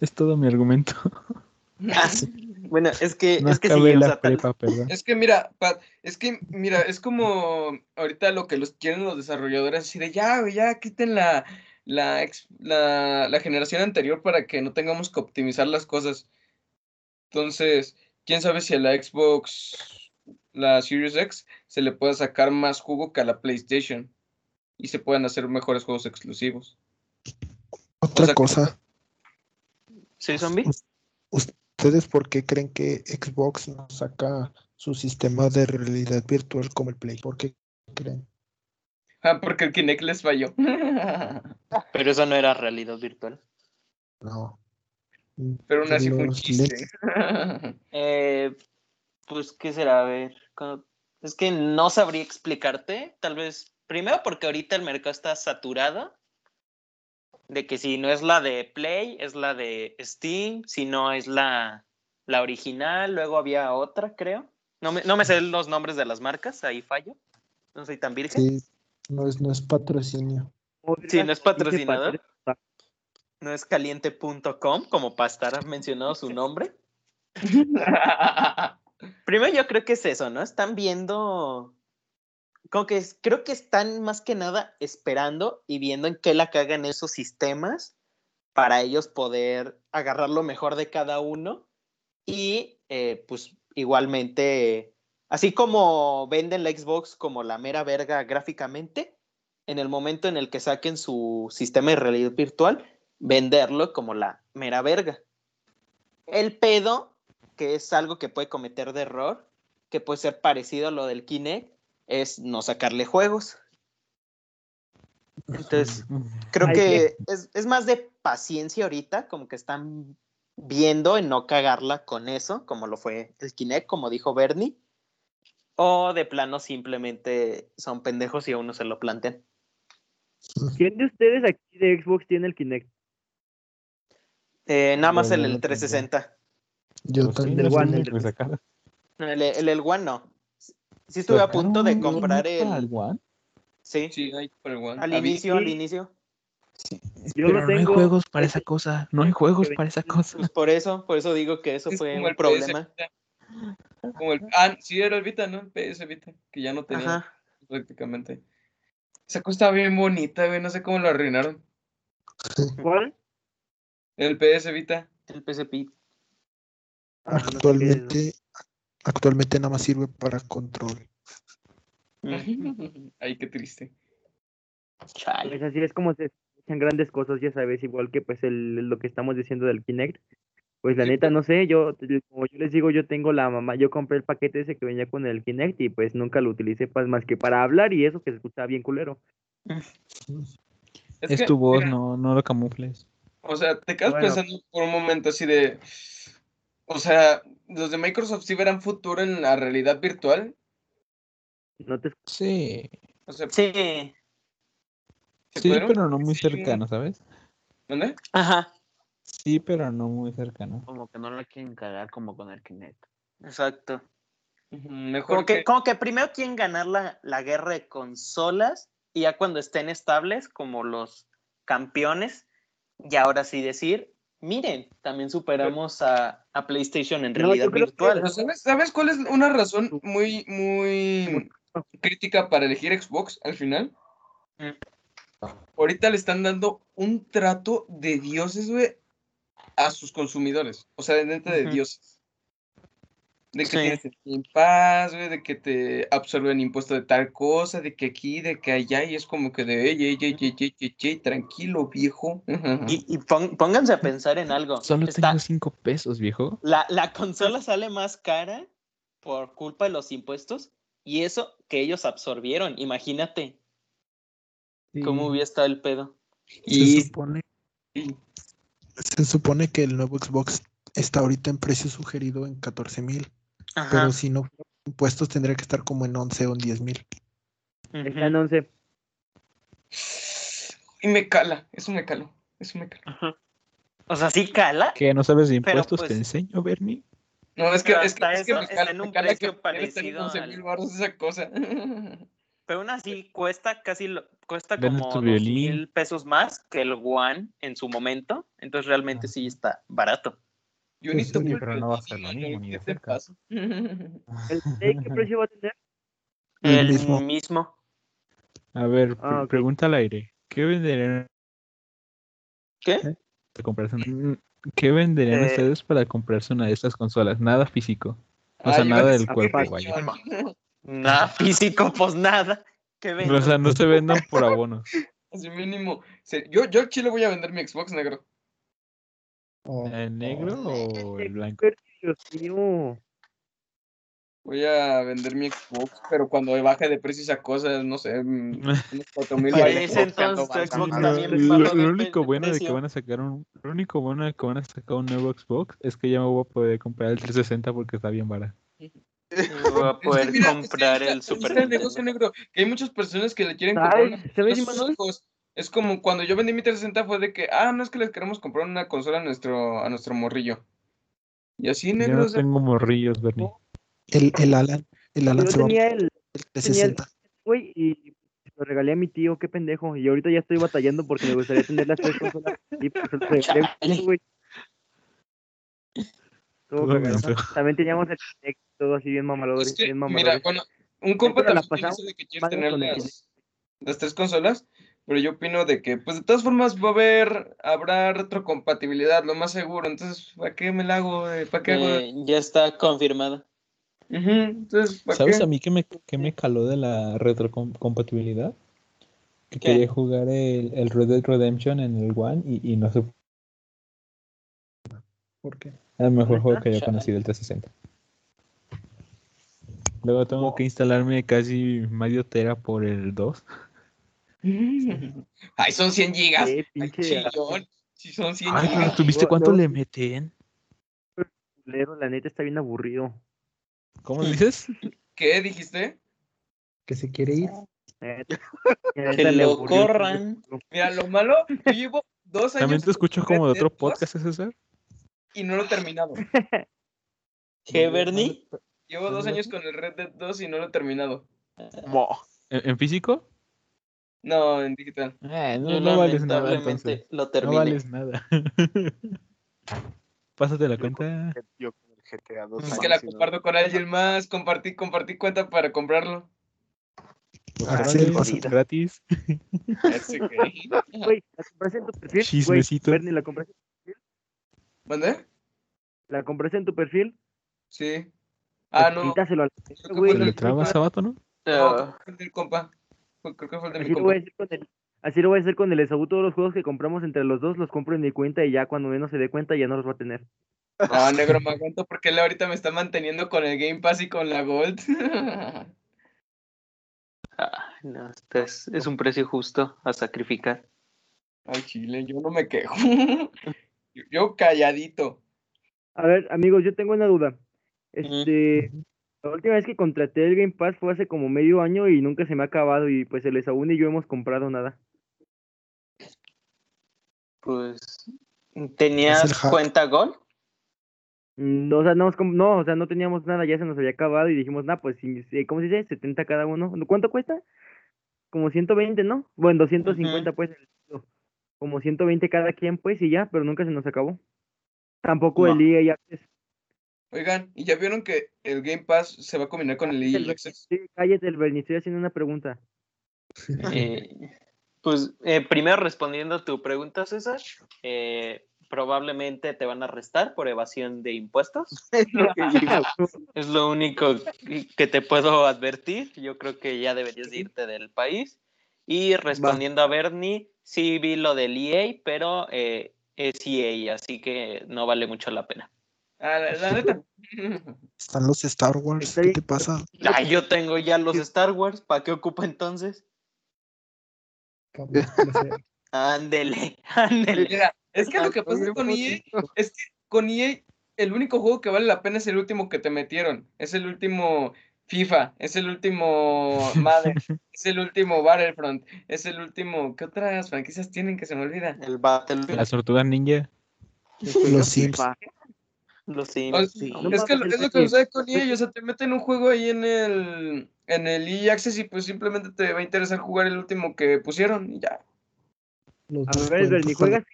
S2: Es todo mi argumento.
S3: Bueno, es que,
S2: Ah, No
S3: es que sí,
S2: acabé
S3: o
S2: la
S3: sea, tal-
S2: prepa, perdón.
S6: Es que mira, Pat, es que mira, es como ahorita lo que los quieren los desarrolladores así de ya, güey, ya quiten la, la, ex- la, la generación anterior para que no tengamos que optimizar las cosas. Entonces, quién sabe si a la Xbox, la Series X, se le pueda sacar más jugo que a la PlayStation y se puedan hacer mejores juegos exclusivos.
S5: Otra
S6: sea,
S5: cosa,
S3: ¿Soy zombie?
S5: ¿ustedes por qué creen que Xbox no saca su sistema de realidad virtual como el Play? ¿Por qué creen?
S6: Ah, porque el Kinect les falló.
S3: Pero eso no era realidad virtual.
S5: No.
S6: Pero aún así fue un
S5: Los
S6: chiste.
S3: Eh, pues, ¿qué será? A ver. ¿cómo- Es que no sabría explicarte, tal vez. Primero, porque ahorita el mercado está saturado. De que si no es la de Play, es la de Steam. Si no es la, la original, luego había otra, creo. No me, no me sé los nombres de las marcas, ahí fallo. No soy tan virgen.
S5: Sí, no es, no es patrocinio.
S3: Sí, no es patrocinador.
S1: Dice
S3: No es caliente.com, como para estar mencionado su nombre. Primero yo creo que es eso, ¿no? Están viendo, como que es- creo que están más que nada esperando y viendo en qué la cagan esos sistemas para ellos poder agarrar lo mejor de cada uno y eh, pues igualmente, así como venden la Xbox como la mera verga gráficamente, en el momento en el que saquen su sistema de realidad virtual, venderlo como la mera verga. El pedo, que es algo que puede cometer de error, que puede ser parecido a lo del Kinect, es no sacarle juegos. Entonces, creo
S1: Ay,
S3: que es, es más de paciencia ahorita, como que están viendo en no cagarla con eso, como lo fue el Kinect, como dijo Bernie. O de plano simplemente son pendejos y a uno se lo plantean.
S1: ¿Quién de ustedes aquí de Xbox tiene el Kinect?
S3: Eh, nada
S5: Yo
S3: más
S5: no
S3: el,
S5: lo
S3: el
S5: tengo.
S3: 360.
S5: Yo
S2: Pues, ¿quién
S5: también.
S1: del
S2: es el
S1: One,
S2: único
S1: del-
S2: que sacaron?
S3: No, el, el, el One no. Sí estuve a punto de
S2: ¿Sacaron
S3: comprar
S2: neta
S3: el...
S2: One?
S3: Sí,
S6: Sí, hay por el One.
S3: al
S6: A mí-
S3: inicio, al inicio.
S1: Yo
S2: Pero
S1: lo
S2: no hay
S1: tengo.
S2: juegos para esa cosa. No hay juegos
S1: que
S2: para esa
S1: vendían
S2: cosa.
S3: Pues por eso, por eso digo que eso
S6: Es
S3: fue
S6: como
S3: un
S6: el PS
S3: problema.
S6: Vita. Como el, ah, sí, era el Vita, ¿no? El PS Vita, que ya no tenía
S3: Ajá.
S6: prácticamente. Esa cosa estaba bien bonita, güey, no sé cómo lo arruinaron.
S1: ¿Cuál?
S6: El PS Vita.
S3: El PSP.
S1: Ah, no sé qué es.
S5: Actualmente, actualmente nada más sirve para control.
S3: Mm,
S6: Ay, qué triste.
S3: Chale.
S1: Pues así es como se escuchan grandes cosas, ya sabes, igual que pues el, lo que estamos diciendo del Kinect. Pues la
S6: Sí,
S1: neta,
S6: pues.
S1: no sé, yo, como yo les digo, yo tengo la mamá, yo compré el paquete ese que venía con el Kinect y pues nunca lo utilicé pues, más que para hablar y eso que se escuchaba bien culero.
S6: Es,
S2: Es
S6: que,
S2: tu voz,
S6: mira,
S2: no, no lo camufles.
S6: O sea, te quedas
S1: Bueno.
S6: pensando por un momento así de. O sea, los de Microsoft sí verán futuro en la realidad virtual.
S1: No te
S2: Sí.
S6: O sea,
S3: Sí.
S6: ¿se
S2: Sí,
S6: pudieron?
S2: pero no muy
S6: Sí.
S2: cercano, ¿sabes?
S6: ¿Dónde?
S3: Ajá.
S2: Sí, pero no muy cercano.
S4: Como que no la quieren cagar como con el Kinect.
S3: Exacto.
S6: Ujú, Mejor
S3: Como que, como que primero quieren ganar la, la guerra de consolas y ya cuando estén estables como los campeones, y ahora sí decir, miren, también superamos a, a PlayStation en
S1: No,
S3: realidad
S1: yo creo que-
S3: virtual.
S6: Pero, ¿sabes, sabes cuál es una razón muy, muy crítica para elegir Xbox al final?
S3: Mm.
S6: Ahorita le están dando un trato de dioses, güey, a sus consumidores. O sea, de neta de
S3: Ujú.
S6: dioses. De que
S3: Sí.
S6: tienes el Game Pass, güey, de que te absorben impuesto de tal cosa, de que aquí, de que allá, y es como que de, ey, ey, ey, ey, ey, ey, ey, tranquilo, viejo.
S3: Y, y pon- pónganse a pensar en algo.
S2: Solo
S3: Está-
S2: tengo este- cinco pesos, viejo.
S3: la, la consola sale más cara por culpa de los impuestos y eso que ellos absorbieron. Imagínate cómo hubiera estado el pedo.
S5: Se
S6: Y-
S5: supone,
S6: y-
S5: se supone que el nuevo Xbox está ahorita en precio sugerido en 14 mil,
S3: Ajá.
S5: pero si no fuera impuestos tendría que estar como en 11 o en 10 mil.
S3: Ujú.
S1: está en 11.
S6: y me cala, eso me caló, eso me cala.
S3: O sea, sí cala,
S2: ¿Qué? ¿No sabes de
S3: Pero,
S2: impuestos?
S3: pues-
S2: Te enseño, Bernie.
S6: No, es que,
S3: Pero
S6: es que,
S3: hasta
S6: es que
S3: eso
S6: me cala,
S3: está en
S6: me
S3: un
S6: cala que
S3: precio
S6: me estén en
S3: parecido
S6: 11
S3: al-
S6: mil baros esa cosa.
S3: Pero aún así cuesta casi lo- cuesta
S2: Ven a
S3: como
S2: tu
S3: dos
S2: violín.
S3: mil pesos más que el One en su momento. Entonces realmente
S2: Ah.
S3: sí está barato.
S6: Yo
S5: Pues sí,
S6: toco el
S7: pero no va a ser lo
S6: violín,
S7: mismo, ni
S6: ¿qué
S7: de
S6: te
S7: cerca.
S6: pasa?
S1: ¿El Play qué precio va a tener?
S5: El
S3: El
S5: mismo.
S3: mismo.
S2: A ver,
S1: Ah,
S2: pre-
S1: ok.
S2: pregunta al aire. ¿Qué venderían
S3: ¿Qué?
S2: para comprarse una... Mm, ¿Qué venderían
S3: Eh,
S2: ustedes para comprarse una de estas consolas? Nada físico. O
S6: Ah,
S2: sea,
S6: yo iba a
S2: nada del
S6: decir
S2: cuerpo,
S1: que-
S2: vaya.
S3: Nada físico, pues nada. ¿Qué ven?
S2: O sea, no se vendan por abonos.
S6: Así mínimo. se- Yo, yo al chile voy a vender mi Xbox negro.
S5: O-
S2: ¿El negro o el blanco?
S1: Dios mío.
S6: Voy a vender mi Xbox, pero cuando baje de precio esa cosa, no sé, mm, unos 4000
S5: Para
S6: vayan
S3: ese
S6: buscando
S3: entonces tu Xbox
S6: banca, ¿no?
S3: también
S2: Lo,
S3: va a
S2: lo-
S3: bajar
S2: lo
S3: de
S2: único bueno de que
S3: precio.
S2: van a sacar un lo único bueno de que van a sacar un nuevo Xbox es que ya me voy a poder comprar el 360 porque está bien barato.
S3: Voy a
S6: Es que
S3: poder
S6: Este, mira, este, es que
S3: comprar
S6: ahí está-
S3: el
S6: ahí está
S3: Super
S6: el negocio
S3: Nintendo.
S6: negro, que hay muchas personas que le quieren
S1: ¿Sabes?
S6: comprar una
S1: ¿Sabes,
S6: a sus
S1: Imanol?
S6: hijos. pues, Es como cuando yo vendí mi 360 fue de que, ah, no es que les queremos comprar una consola a nuestro, a nuestro morrillo. Y así
S2: Yo
S6: negro,
S2: no
S6: o sea,
S2: tengo morrillos, Bernie.
S5: El, el Alan, el Alan
S1: Yo
S5: se va a
S1: tenía el
S5: el
S1: tenía el-
S5: 360.
S1: güey y se lo regalé a mi tío, qué pendejo. Y ahorita ya estoy batallando porque me gustaría tener las tres consolas. Y pues se lo regalé a mi tío, güey. Todo
S2: Todo
S1: cagado.
S2: menso.
S1: También teníamos el Kinect, todo así bien mamador,
S6: es que,
S1: bien
S6: mira,
S1: mamador.
S6: bueno, un compa
S1: Pero la
S6: también tiene
S1: pasamos
S6: eso de que quieres
S1: mal
S6: tener
S1: con el
S6: las, las tres consolas, pero yo opino de que, pues de todas formas va a haber, habrá retrocompatibilidad, lo más seguro, entonces, ¿para qué me la hago? eh? ¿Para qué hago?
S3: Eh, ya está confirmado.
S6: Ujú, entonces, ¿para
S2: ¿Sabes
S6: qué?
S2: a mí que me, que me caló de la retrocompatibilidad?
S3: ¿Qué?
S2: Que quería jugar el, el Red Dead Redemption en el One y, y no se
S5: ¿Por qué?
S2: era el mejor juego que yo
S3: Chale.
S2: conocí del 360. Luego tengo que instalarme casi medio tera por el 2.
S6: Ay, son 100 gigas.
S1: Qué
S6: Ay,
S1: Eh, pinche
S6: chillón. Si son 100
S2: Ay, pero
S6: gigas.
S2: ¿tuviste
S1: no,
S2: cuánto
S1: no.
S2: le meten?
S1: culero, la neta está bien aburrido.
S2: ¿Cómo dices?
S6: ¿Qué dijiste?
S5: Que se quiere ir.
S1: Eh, la
S3: Que
S1: neta me
S3: lo
S1: aburrió un chingo.
S3: corran.
S6: Mira, lo malo, yo llevo dos años.
S2: También te escucho como de
S6: Red Dead
S2: otro
S6: 2
S2: podcast, ¿es César?
S6: Y no lo he terminado.
S3: ¿Qué, Bernie?
S6: Llevo dos años con el Red Dead 2 y no lo he terminado.
S4: Mo.
S2: ¿En, en físico?
S6: No, en digital.
S2: Eh, no,
S3: Yo
S2: no vales nada entonces.
S3: lamentablemente lo
S2: No
S3: terminé.
S2: vales nada. Pásate la
S4: Yo
S2: cuenta.
S4: Yo con el GTA 2.
S6: Es que la comparto con alguien más. Compartí, compartí cuenta para comprarlo.
S5: Ah,
S2: Órale,
S5: sí, el
S1: cosita.
S2: gratis.
S6: Así que-
S1: Güey, la compraste en tu perfil. Güey,
S2: Chismecito.
S1: Bernie, la compraste,
S6: ¿Mande?
S1: la compraste en tu perfil. pues,
S6: Sí. Ah, no.
S1: Quítaselo a la
S6: creo
S1: güey.
S2: Pero
S6: que fue
S2: Pues le
S6: el-
S2: trabas sabato, ¿no?
S6: No,
S3: Eh,
S6: creo que fue el del compa. Fue- Creo que fue el de mi
S1: Así lo
S6: compa.
S1: voy a hacer con el, así lo voy a hacer con el Esaú. Todos los juegos que compramos entre los dos los compro en mi cuenta y ya cuando menos se dé cuenta ya no los va a tener.
S6: No, negro, me aguanto porque él ahorita me está manteniendo con el Game Pass y con la Gold.
S3: ah, no, este es, es un precio justo a sacrificar.
S6: Ay, Chile, yo no me quejo. Yo- Yo calladito.
S1: A ver, amigos, yo tengo una duda. Este, la última vez que contraté el Game Pass fue hace como medio año y nunca se me ha acabado y pues el Esaú ni yo hemos comprado nada.
S3: Pues,
S5: Es el
S3: ¿tenías
S5: hack.
S3: cuenta Gol?
S1: Mm, No, o sea, no, hemos com- no, o sea, no teníamos nada, ya se nos había acabado y dijimos, nah, pues, si- si- ¿cómo se dice? 70 cada uno. ¿Cuánto cuesta? Como 120, ¿no? Bueno, 250, pues. el kilo. Como 120 cada quien, pues, y ya, pero nunca se nos acabó. Tampoco el
S3: No.
S1: EA y Access.
S6: Oigan, ¿y ya vieron que el Game Pass se va a combinar con el EA Access?
S1: Sí, cállate, el Bernie, estoy haciendo una pregunta.
S3: Eh, pues eh, primero respondiendo tu pregunta, César, eh, probablemente te van a arrestar por evasión de impuestos. Es lo, que yo- es lo único que- que te puedo advertir. Yo creo que ya deberías de irte del país. Y respondiendo a Bernie, sí vi lo del EA, pero eh, es EA, así que no vale mucho la pena.
S6: Ah, la, la neta.
S5: Están los Star Wars.
S1: Está
S5: ¿Qué
S1: bien.
S5: te pasa?
S3: Ay, yo tengo ya los Star Wars, ¿para qué ocupa entonces?
S5: cabrón? No sé.
S3: Ándele, ándele.
S6: Mira, es que lo que pasa con EA es que con EA el único juego que vale la pena es el último que te metieron. Es el último FIFA, es el último Madden, es el último Battlefront, es el último... ¿Qué otras franquicias tienen que se me olvida?
S3: El Battle.
S2: Las tortugas ninja.
S5: Los Sims.
S3: Los Sims.
S6: O-
S3: sí.
S1: No
S6: es que
S1: mames, el
S6: lo- es lo que
S1: Tetris.
S6: sucede con EA, o sea, te meten un juego ahí en el en el EA Access y pues simplemente te va a interesar jugar el último que pusieron y ya.
S5: Los
S1: A ver, Edgar, ni
S5: descuentos para-
S1: juegas,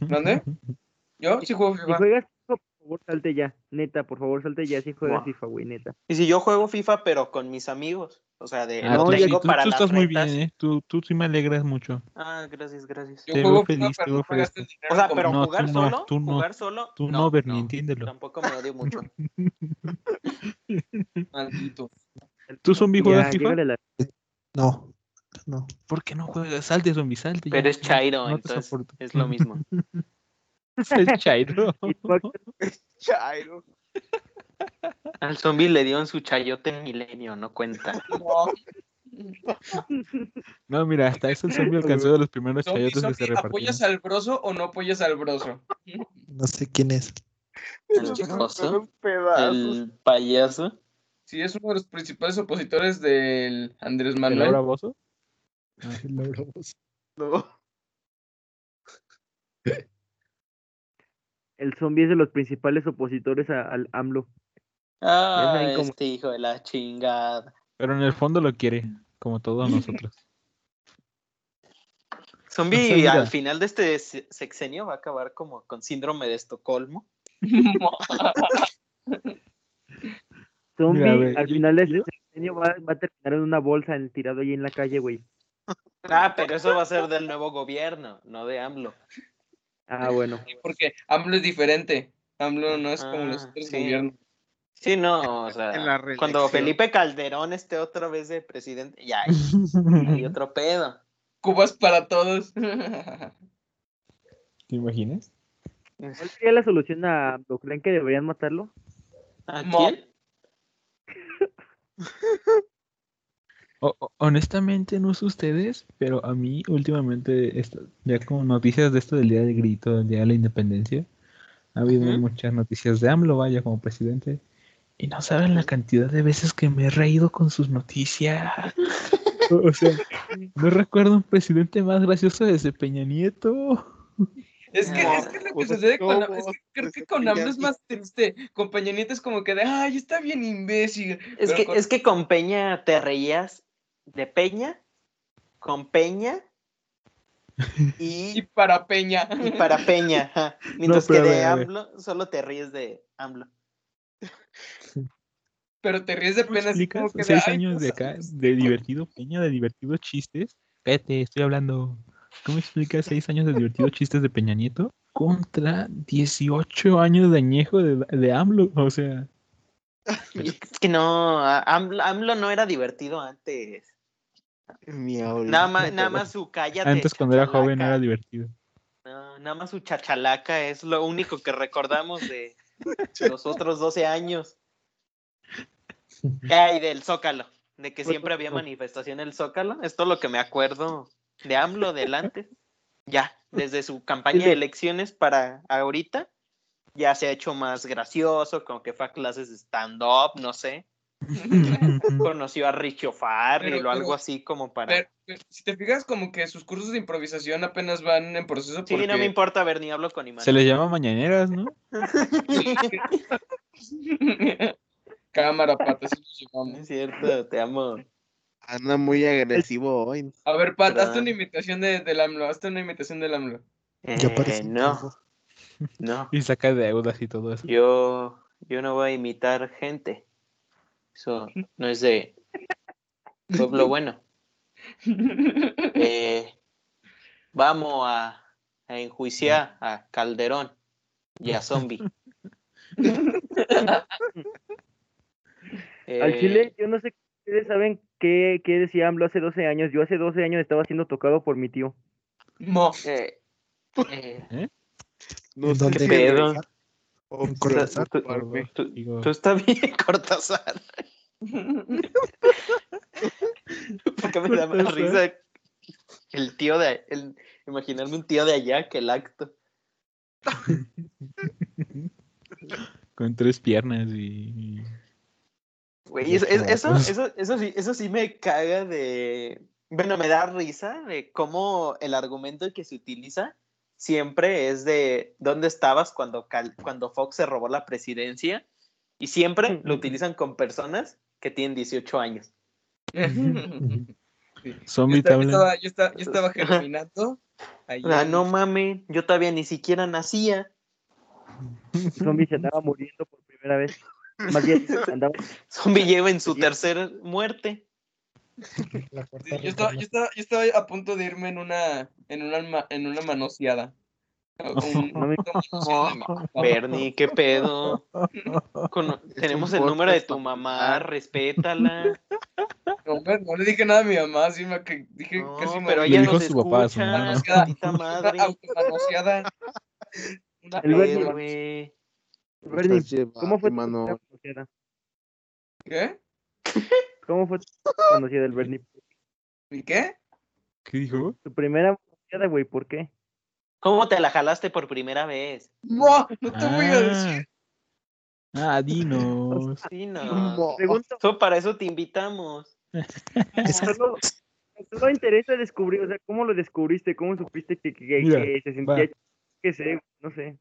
S6: ¿Dónde? Yo sí juego
S1: ni
S6: FIFA.
S1: juegas FIFA, por favor, salte ya. Neta, por favor, salte ya si juegas
S3: Buah.
S1: FIFA, güey, neta.
S3: Y si yo juego FIFA, pero con mis amigos. O sea, de
S2: Ah,
S3: Eh, no
S2: tú,
S1: ya-
S2: sí,
S3: tengo
S2: tú-
S3: para
S2: tú
S3: las
S2: estás muy
S3: retas.
S2: bien, ¿eh? Tú, tú sí me alegras mucho.
S3: Ah, gracias, gracias.
S6: Yo
S2: Te
S6: juego
S2: veo feliz,
S6: FIFA,
S2: te
S6: pero no
S2: veo
S6: me gasto el
S2: feliz.
S6: dinero
S3: O sea,
S6: como-
S3: pero
S2: No, tú
S3: jugar
S2: no,
S3: solo,
S2: tú no,
S3: jugar solo.
S2: Tú no, Bernie, entiéndelo.
S3: Tampoco me odio mucho.
S6: maldito.
S2: Pues ¿Tú zombie juegas
S1: Ya,
S2: FIFA?
S1: llégale la-
S5: No, no.
S2: ¿Por qué no juegas? Salte, zombie, salte. ya,
S3: Pero es
S2: no-
S3: Chairo,
S2: no te
S3: entonces
S2: soporto.
S3: es lo mismo.
S2: Es Chairo.
S1: Xbox,
S3: Chairo. Al zombie le dieron su chayote milenio, no cuenta.
S6: No,
S2: No, mira, hasta eso el zombie alcanzó de los primeros
S6: zombie,
S2: chayotes que
S6: zombie,
S2: se repartieron.
S6: ¿apoyas al broso o no apoyas al broso?
S5: No sé quién es.
S3: El coso,
S4: Ah,
S3: el payaso.
S6: Sí, es uno de los principales opositores del Andrés
S2: ¿El
S6: Manuel.
S2: Laura Bozo?
S5: Laura Bozo.
S1: El zombie es de los principales opositores a- al AMLO. Ya
S3: Ah,
S1: saben cómo-
S3: este hijo de la chingada.
S2: Pero en el fondo lo quiere, como todos nosotros.
S3: Zombie
S2: O sea, mira.
S3: al final de este se- sexenio va a acabar como con síndrome de Estocolmo.
S1: Zombie,
S2: Mira, güey,
S1: al
S2: yo-
S1: final de este
S2: yo-
S1: sexenio va, va a terminar en una bolsa en- tirado ahí en la calle, güey.
S3: Ah, pero eso va a ser del nuevo gobierno, no de AMLO.
S1: Ah, bueno.
S6: Porque AMLO es diferente. AMLO no es como
S3: Ah,
S6: los otros
S3: sí.
S6: gobiernos.
S3: Sí, no, o sea,
S4: En la reelección.
S3: cuando Felipe Calderón esté otra vez de presidente, ya hay, hay otro pedo.
S6: Cubas para todos.
S2: ¿Te imaginas?
S1: ¿Cuál sería la solución a AMLO? ¿Creen que deberían matarlo?
S3: ¿A
S6: Mo-
S3: quién?
S2: O- o- honestamente, no sé ustedes, pero a mí últimamente, esto- ya con noticias de esto del Día del Grito, del Día de la Independencia, ha habido
S3: Ujú.
S2: muchas noticias de AMLO, vaya, como presidente. Y no saben la cantidad de veces que me he reído con sus noticias. O o sea, no recuerdo un presidente más gracioso desde Peña Nieto.
S6: Es que,
S2: Ah,
S6: es que
S2: pues,
S6: lo que sucede con AMLO, es que creo que con AMLO es más triste. Compañerita es como que de, ay, está bien imbécil.
S3: Es
S6: Pero
S3: que,
S6: con-
S3: es que con Peña te reías de Peña, con Peña
S6: Y
S3: y,
S6: para Peña.
S3: y para Peña. ajá. Mientras
S2: pero
S3: que
S2: a
S3: de
S2: ver, a ver.
S3: AMLO solo te ríes de AMLO.
S6: Pero te ríes de
S2: ¿Me
S6: pena. así como
S2: explicas?
S6: que de,
S2: Seis
S6: "Ay, pues,
S2: años
S6: no
S2: de acá, de divertido Peña, de divertidos chistes. Cállate, estoy hablando. ¿Cómo explicas seis años de divertidos chistes de Peña Nieto contra 18 años de añejo de, de AMLO? O sea,
S3: Es que no, a- AMLO, AMLO no era divertido antes.
S4: Ni ahorita,
S3: Nada más, nada
S4: pero-
S3: más su cállate.
S2: antes cuando era
S3: chachalaca.
S2: joven no era divertido.
S3: No, nada más su chachalaca es lo único que recordamos de los otros 12 años. Ay, del Zócalo, de que siempre había manifestación en el Zócalo. Esto es lo que me acuerdo de AMLO delante. Ya, desde su campaña de elecciones para ahorita, ya se ha hecho más gracioso, como que fue a clases de stand-up, no sé.
S6: pues, eh,
S3: Conoció a Richo Farrell
S6: Pero-
S3: o algo
S6: pero-
S3: así como para...
S6: Pero, pero eh, si te fijas, como que sus cursos de improvisación apenas van en proceso
S3: Sí,
S6: porque
S3: no me importa ver ni hablo con Iman.
S2: Se les llama mañaneras, ¿no?
S6: Cámara, patas. sí los
S3: No
S6: llevamos.
S3: es cierto, te amo.
S4: Anda muy agresivo hoy.
S6: A ver, Pat, hazte
S3: Pero-
S6: una imitación de, del AMLO. Hazte una imitación del AMLO.
S5: Ya parece
S3: Eh,
S5: un
S3: no,
S5: trabajo.
S3: no.
S2: Y saca deudas y todo eso.
S3: Yo, yo no voy a imitar gente. Eso no es de pueblo bueno. Eh, vamos a, a enjuiciar a Calderón y a Zombie.
S1: Al
S3: Eh,
S1: Chile, yo no sé si ustedes saben qué, qué decía AMLO hace 12 años. Yo hace 12 años estaba siendo tocado por mi tío.
S6: Mo.
S3: eh, eh,
S4: No
S5: ¿En
S4: sé
S5: dónde?
S4: si
S3: Qué pedo.
S4: regresar o
S5: En Cortázar.
S3: tú-
S4: conforme.
S3: tú-
S2: Digo,
S3: tú estás bien, Cortázar. Porque me da más
S2: Cortázar.
S3: risa el tío de. El, imaginarme un tío de allá que el acto.
S2: con tres piernas y... y-
S3: Güey,
S2: Los
S3: eso, es- eso,
S2: chamacos.
S3: eso, eso sí, eso sí me caga de. Bueno, me da risa de cómo el argumento que se utiliza siempre es de dónde estabas cuando, Cal- cuando Fox se robó la presidencia y siempre lo utilizan con personas que tienen 18 años.
S6: Yo
S2: Zombie te
S6: estaba, yo
S2: habla.
S6: estaba- yo estaba- yo estaba germinando. ahí
S3: Ah,
S6: en-
S3: no mames, yo todavía ni siquiera nacía.
S1: Zombie se andaba muriendo por primera vez. Más bien, andaba
S3: Zombie lleva en su tercera muerte.
S5: La
S6: Sí,
S5: cuarta
S6: Yo estaba, yo,
S5: reencarnación.
S6: estaba, yo estaba a punto de irme en una, en una, ma- en una manoseada. Un-
S1: No me-
S6: una manoseada de mi papá.
S3: Bernie, qué pedo. Con- tenemos el número de tu mamá, respétala.
S6: No, hombre, no le dije nada a mi mamá, sí me que- dije
S3: No,
S6: casi me
S3: pero
S6: voy
S2: Le
S3: ella
S2: dijo
S3: nos
S2: su papá a su
S3: escucha,
S6: mamá.
S3: maldita
S6: a
S3: madre.
S6: una automanoseada. Una
S1: El Bernie.
S3: Pedo,
S6: automano-
S3: güey.
S1: Bernie,
S4: Estás llevado,
S1: ¿Cómo fue tu
S4: mano.
S1: primera conocida?
S6: ¿Qué?
S1: ¿Cómo fue tu primera conocida del Bernie?
S6: ¿Y qué?
S2: ¿Qué dijo?
S1: Tu primera conocida, güey, ¿por qué?
S3: ¿Cómo te la jalaste por primera vez?
S6: No, no te voy a decir.
S2: Ah, ah dinos.
S3: Sí, no.
S1: Pregunto,
S3: So, para eso te invitamos.
S1: solo, solo interesa descubrir, o sea, ¿cómo lo descubriste? ¿Cómo supiste que, que- que-
S2: Mira,
S1: que se
S2: va.
S1: sentía? Que sé, no sé.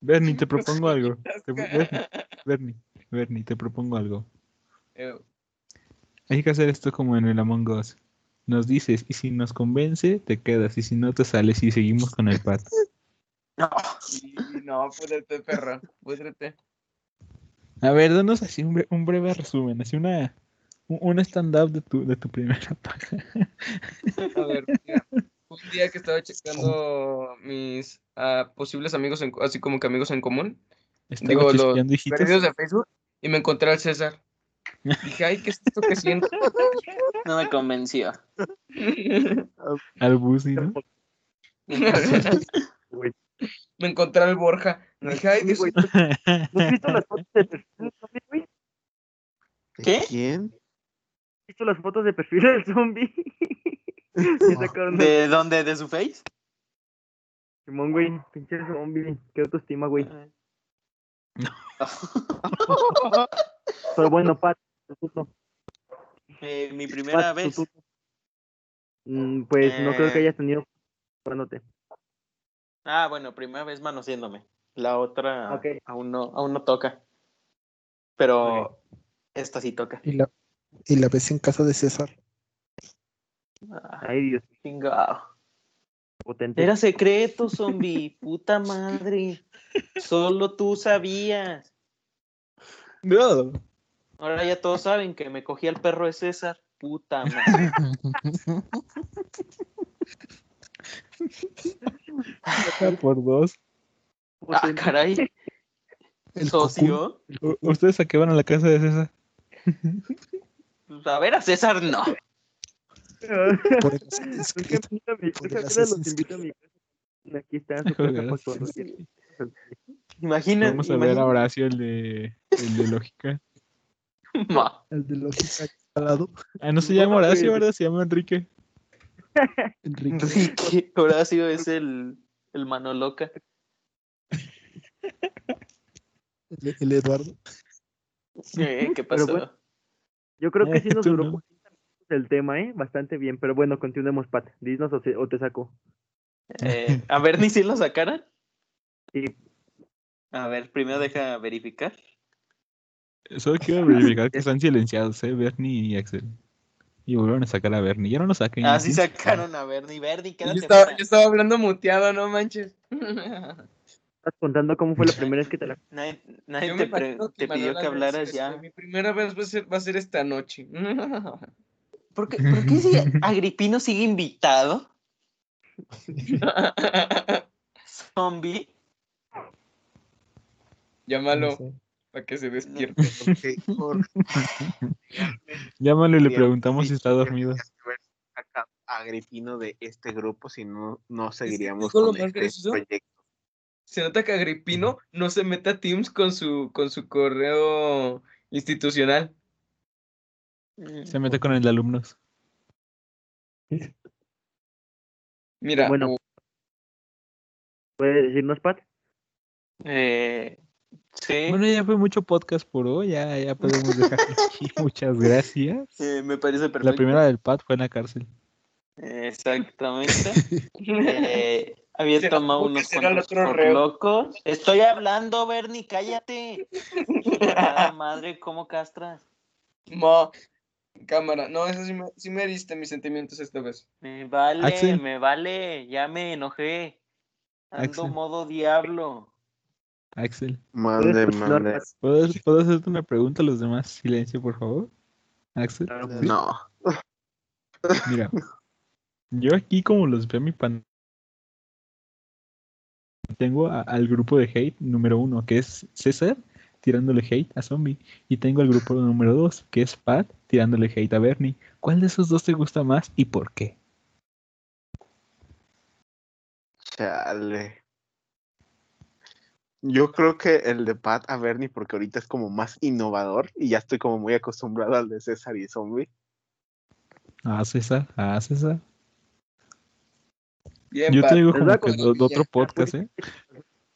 S2: Bernie, te propongo algo. Te- Bernie, Bernie, Bernie, te propongo algo.
S6: Eh,
S2: Hay que hacer esto como en el Among Us. Nos dices, y si nos convence, te quedas, y si no, te sales y seguimos con el pat.
S6: y- y no, púdrete, perro, púdrete.
S2: A ver, danos así un, bre- un breve resumen, así una, un, un stand-up de tu, de tu primera paja.
S6: A ver, mira, un día que estaba checando mis ah, posibles amigos, en- así como que amigos en común,
S2: Estaba
S6: Digo, lo-
S2: chasqueando hijitos.
S6: perdidos de Facebook, y me encontré al César. Dije, ay, ¿qué es esto que siento?
S3: No me convenció.
S2: Al bus, ¿no?
S1: Güey.
S6: me encontré al Borja.
S1: No,
S6: Dije, ay,
S1: sí,
S6: Dios
S1: güey. ¿No has visto las fotos de perfil del zombie, güey? ¿Has
S3: ¿Qué?
S4: ¿Quién?
S1: visto las fotos de perfil del zombie? que sacaron de
S3: ¿De dónde? ¿De su face?
S1: Simón, güey. Pinche zombie. Qué autoestima, güey. Pero bueno, Pat, tu turno.
S3: Eh, mi primera
S1: Pat, tu
S3: vez.
S1: turno. Mm, Pues no creo que
S3: Eh.
S1: hayas tenido. Bueno, te.
S3: Ah, bueno, primera vez manoseándome. La otra
S1: Ok.
S3: aún, no, aún no toca. Pero esta sí toca.
S5: Y la, y la ves en casa de César.
S3: Ah,
S1: Ay, Dios,
S3: chingado.
S1: potente.
S3: Era secreto, zombie. Puta madre. Solo tú sabías.
S2: No.
S3: Ahora ya todos saben que me cogí al perro de César. Puta madre.
S2: Acá por dos.
S3: Ah,
S1: potente.
S3: caray.
S5: El
S3: ¿Socio?
S2: U- ¿Ustedes a qué van a la casa de César?
S3: Pues, A ver, a César no.
S5: cocoon por el Assassin's
S1: Es que
S5: Creed.
S1: invita a mi-
S5: Por
S1: es que
S5: el
S1: apenas los
S5: Assassin's
S1: invito a mi casa. Aquí está su
S2: Joder,
S1: casa
S2: sí,
S1: pasando.
S3: Imagina.
S2: Vamos a ver a Horacio, el de, el de lógica.
S3: imagina-
S5: El de lógica al lado.
S2: Ah, no se llama
S1: Bueno,
S2: Horacio,
S1: güey.
S2: ¿verdad? Se llama Enrique.
S5: Enrique.
S3: Enrique Horacio es el, el mano loca.
S5: El, el Eduardo.
S3: Eh, ¿Qué pasó?
S1: bueno. Yo creo que sí nos
S2: Ah, Tú
S1: duró
S2: no.
S1: 40 minutos el tema, ¿eh? Bastante bien. Pero bueno, continuemos, Pat. Dinos o, se- o te saco.
S3: Eh, a ver, ni si lo sacaran.
S1: Sí.
S3: A ver, primero deja verificar.
S2: Solo quiero verificar que están silenciados, ¿eh? Bernie y Axel. Y volvieron a sacar a Bernie. Ya no lo saquen.
S3: Ah, sí sacaron a Bernie. Bernie,
S6: Yo
S3: quédate
S6: estaba,
S3: fuera.
S6: yo estaba hablando muteado, no manches.
S1: Estás contando cómo fue la primera vez que te la.
S3: Nadie, nadie
S6: Yo me
S3: te, pre-
S6: imagino
S3: te pidió
S6: Manuela
S3: que
S6: me
S3: hablaras
S6: dice,
S3: ya.
S7: ¿eh?
S6: Mi primera vez va a ser, va a ser esta noche.
S3: ¿Por qué, por qué si Agripino sigue invitado? Zombie.
S2: Ah,
S6: Llámalo
S5: No sé.
S6: para que se despierte.
S2: Llámalo y le
S4: Sí,
S2: preguntamos si está
S4: sí,
S2: dormido.
S4: tenías que haber sacado a Agripino de este grupo, si no, no seguiríamos
S6: todo lo
S4: con
S6: más
S4: este
S6: gracioso.
S4: proyecto.
S6: Se nota que Agripino no se mete a Teams con su, con su correo institucional.
S2: Se mete con el de alumnos.
S6: Mira,
S1: Bueno.
S6: o-
S1: ¿Puedes decirnos, Pat?
S3: Eh, sí,
S2: Bueno, ya fue mucho podcast por hoy. Ya, ya podemos dejarlo aquí. Muchas gracias.
S3: eh, me parece perfecto.
S2: La primera del Pat fue en la cárcel.
S3: Exactamente. Eh, Había
S7: Será
S3: tomado
S7: porque
S3: unos
S7: será el
S3: cuantos
S7: otro
S3: por
S7: reo.
S3: locos. Estoy hablando, Bernie, cállate. Ah, madre, ¿cómo castras?
S7: Ma. Cámara. No, eso sí me, sí me heriste mis sentimientos esta vez.
S3: Me vale,
S2: Axel.
S3: me vale, ya me enojé. Ando
S2: Axel.
S3: modo diablo.
S2: Axel,
S4: Mande,
S1: Puedes continuar,
S4: mande.
S1: Pat.
S2: ¿puedo, puedo hacerte una pregunta a los demás? Silencio, por favor. Axel,
S1: Claro,
S5: No.
S4: No.
S2: mira. Yo aquí como los veo en mi pan... Tengo a- al grupo de hate número uno, que es César, tirándole hate a Zombie. Y tengo al grupo número dos, que es Pat, tirándole hate a Bernie. ¿Cuál de esos dos te gusta más y por qué?
S4: Chale. Yo creo que el de Pat a Bernie, porque ahorita es como más innovador y ya estoy como muy acostumbrado al de César y Zombie.
S2: Ah, César, ah, César.
S7: Bien,
S2: Yo
S7: Pat.
S2: traigo
S1: Les voy
S2: como
S1: a
S2: que
S1: contar
S2: do- otro podcast, ¿eh?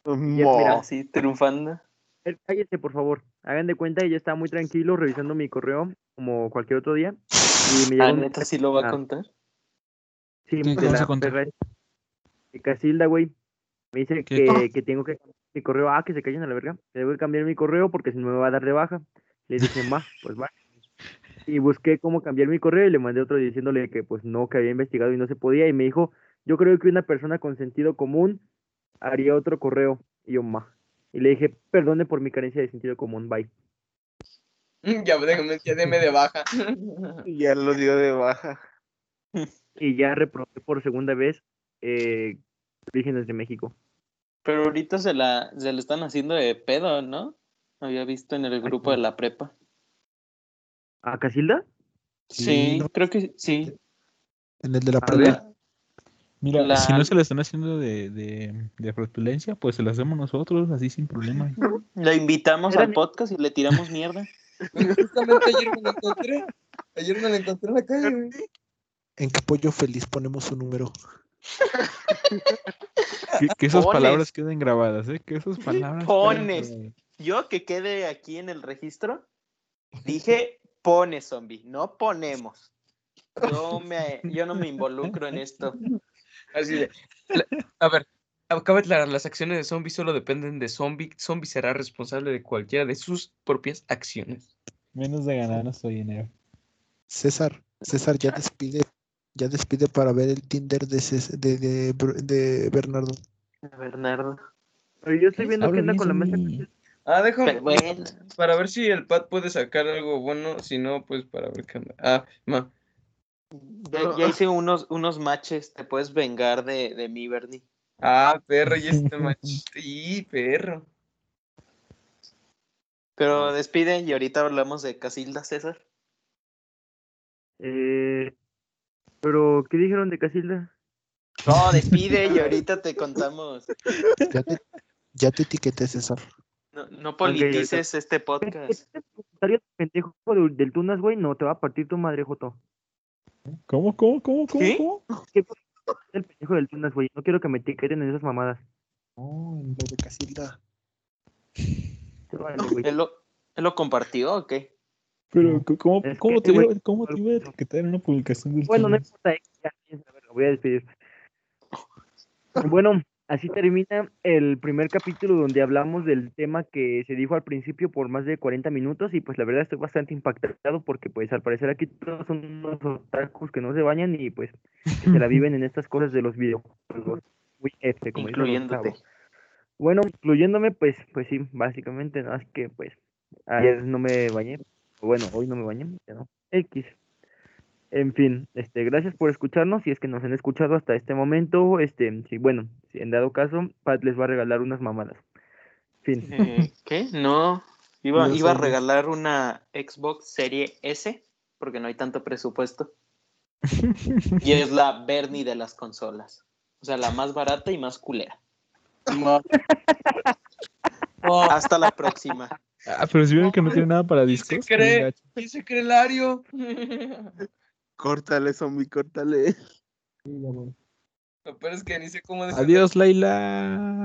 S4: Mo.
S1: mira.
S3: Así, triunfando.
S1: Eh, Cállese, por favor. Hagan de cuenta que yo estaba muy tranquilo revisando mi correo, como cualquier otro día. Y me llegó
S3: Ah,
S1: un
S3: neta, sí lo va a
S1: Ah.
S3: contar.
S1: sí,
S2: ¿Qué- qué
S1: de
S2: vas a
S1: la
S2: contar?
S1: perra esta, de Casilda, güey. Me dice
S2: ¿Qué?
S1: que, que tengo que cambiar mi correo. Ah, que se callen a la verga. Que debo de cambiar mi correo porque si no me va a dar de baja. Le dije, ma, pues va. Y busqué cómo cambiar mi correo y le mandé otro diciéndole que pues no, que había investigado y no se podía. Y me dijo, yo creo que una persona con sentido común haría otro correo. Y yo, ma. Y le dije, perdone por mi carencia de sentido común, bye.
S7: Ya, déjame, ya deme de baja.
S4: Ya lo dio de baja.
S1: y ya reprobé por segunda vez eh, Vírgenes de México.
S3: Pero ahorita se la, se la están haciendo de pedo, ¿no? Había visto en el grupo de la prepa.
S1: ¿A Casilda?
S3: Sí,
S5: Sí, ¿no?
S3: creo que sí.
S5: En el de la
S1: A
S5: prepa.
S1: ver.
S3: La-
S2: Mira,
S3: La-
S2: si no se la están haciendo de, de, de flatulencia, pues se la hacemos nosotros, así sin problema.
S3: La invitamos
S1: Era
S3: al
S1: mi-
S3: podcast y le tiramos mierda.
S7: Pues justamente ayer me lo encontré. Ayer me lo encontré en la calle, güey.
S5: En qué pollo feliz ponemos su número.
S2: Que, que esas
S3: Pones.
S2: palabras queden grabadas, ¿eh? Que esas palabras. queden
S3: Pones.
S2: grabadas.
S3: Yo que quede aquí en el registro, dije pone zombie, no ponemos. Yo, me, yo no me involucro en esto.
S7: Así de. la- A ver, acaba de aclarar, las acciones de zombie solo dependen de zombie. Zombie será responsable de cualquiera de sus propias acciones.
S2: Menos de ganar nuestro dinero.
S5: César, César ya despide, ya despide para ver el Tinder de, Cés- de, de, Br- de Bernardo.
S3: Bernardo.
S1: Pero yo estoy viendo que anda con la mesa.
S7: Ah, déjame. pues,
S3: Pero bueno,
S7: Para ver si el Pat puede sacar algo bueno. Si no, pues para ver qué onda. Ah, ma.
S3: ya, ya hice unos, unos matches, te puedes vengar de, de mí, Bernie.
S7: Ah, perro, y este machito. Y perro.
S3: Pero despide y ahorita hablamos de Casilda César.
S1: Eh, pero, ¿qué dijeron de Casilda?
S3: No, despide y ahorita te contamos.
S5: Ya te, ya te etiqueté, César.
S3: No, no politices este podcast.
S1: Este comentario pendejo del, del Tunas, güey, no te va a partir tu madre, Joto.
S2: ¿Cómo, cómo, cómo, cómo?
S3: ¿Qué?
S2: cómo?
S1: El pendejo del Tunas, güey. No quiero que me etiqueten en esas mamadas.
S5: No, en lo de Casilda.
S1: Te vale, güey.
S3: ¿Él lo, él lo compartió o qué?
S2: Pero, c- ¿cómo,
S1: Es
S2: cómo
S1: que,
S2: te, iba,
S1: güey,
S2: ¿cómo te iba a etiquetar en una publicación del
S1: Bueno, no
S2: Twitter?
S1: importa, eh, ya, ya, a ver, lo voy a despedir. Bueno, así termina el primer capítulo donde hablamos del tema que se dijo al principio por más de 40 minutos y pues la verdad estoy bastante impactado porque pues al parecer aquí todos son unos otakus que no se bañan y pues que se la viven en estas cosas de los videojuegos. Muy F, como dicen los
S3: Incluyéndote.
S1: chavos. Bueno, incluyéndome pues pues sí, básicamente, nada más que pues ayer no me bañé, o bueno, hoy no me bañé, ya no. X. En fin, este, gracias por escucharnos. Si es que nos han escuchado hasta este momento, este, sí, bueno, si en dado caso, Pat les va a regalar unas mamadas. Fin.
S3: Eh, ¿Qué? No. Iba,
S5: No
S3: iba a
S5: sé.
S3: regalar una Xbox Serie S porque no hay tanto presupuesto. Y es la Bernie de las consolas. O sea, la más barata y más culera.
S7: Ma. Ma.
S3: Hasta la próxima.
S2: Ah, pero si vieron que no tiene nada para discos. pues,
S7: se cree? Ese crelario.
S4: Córtale, zombie, córtale.
S7: Lo peor es que ni sé cómo decirlo.
S2: Adiós, Laila.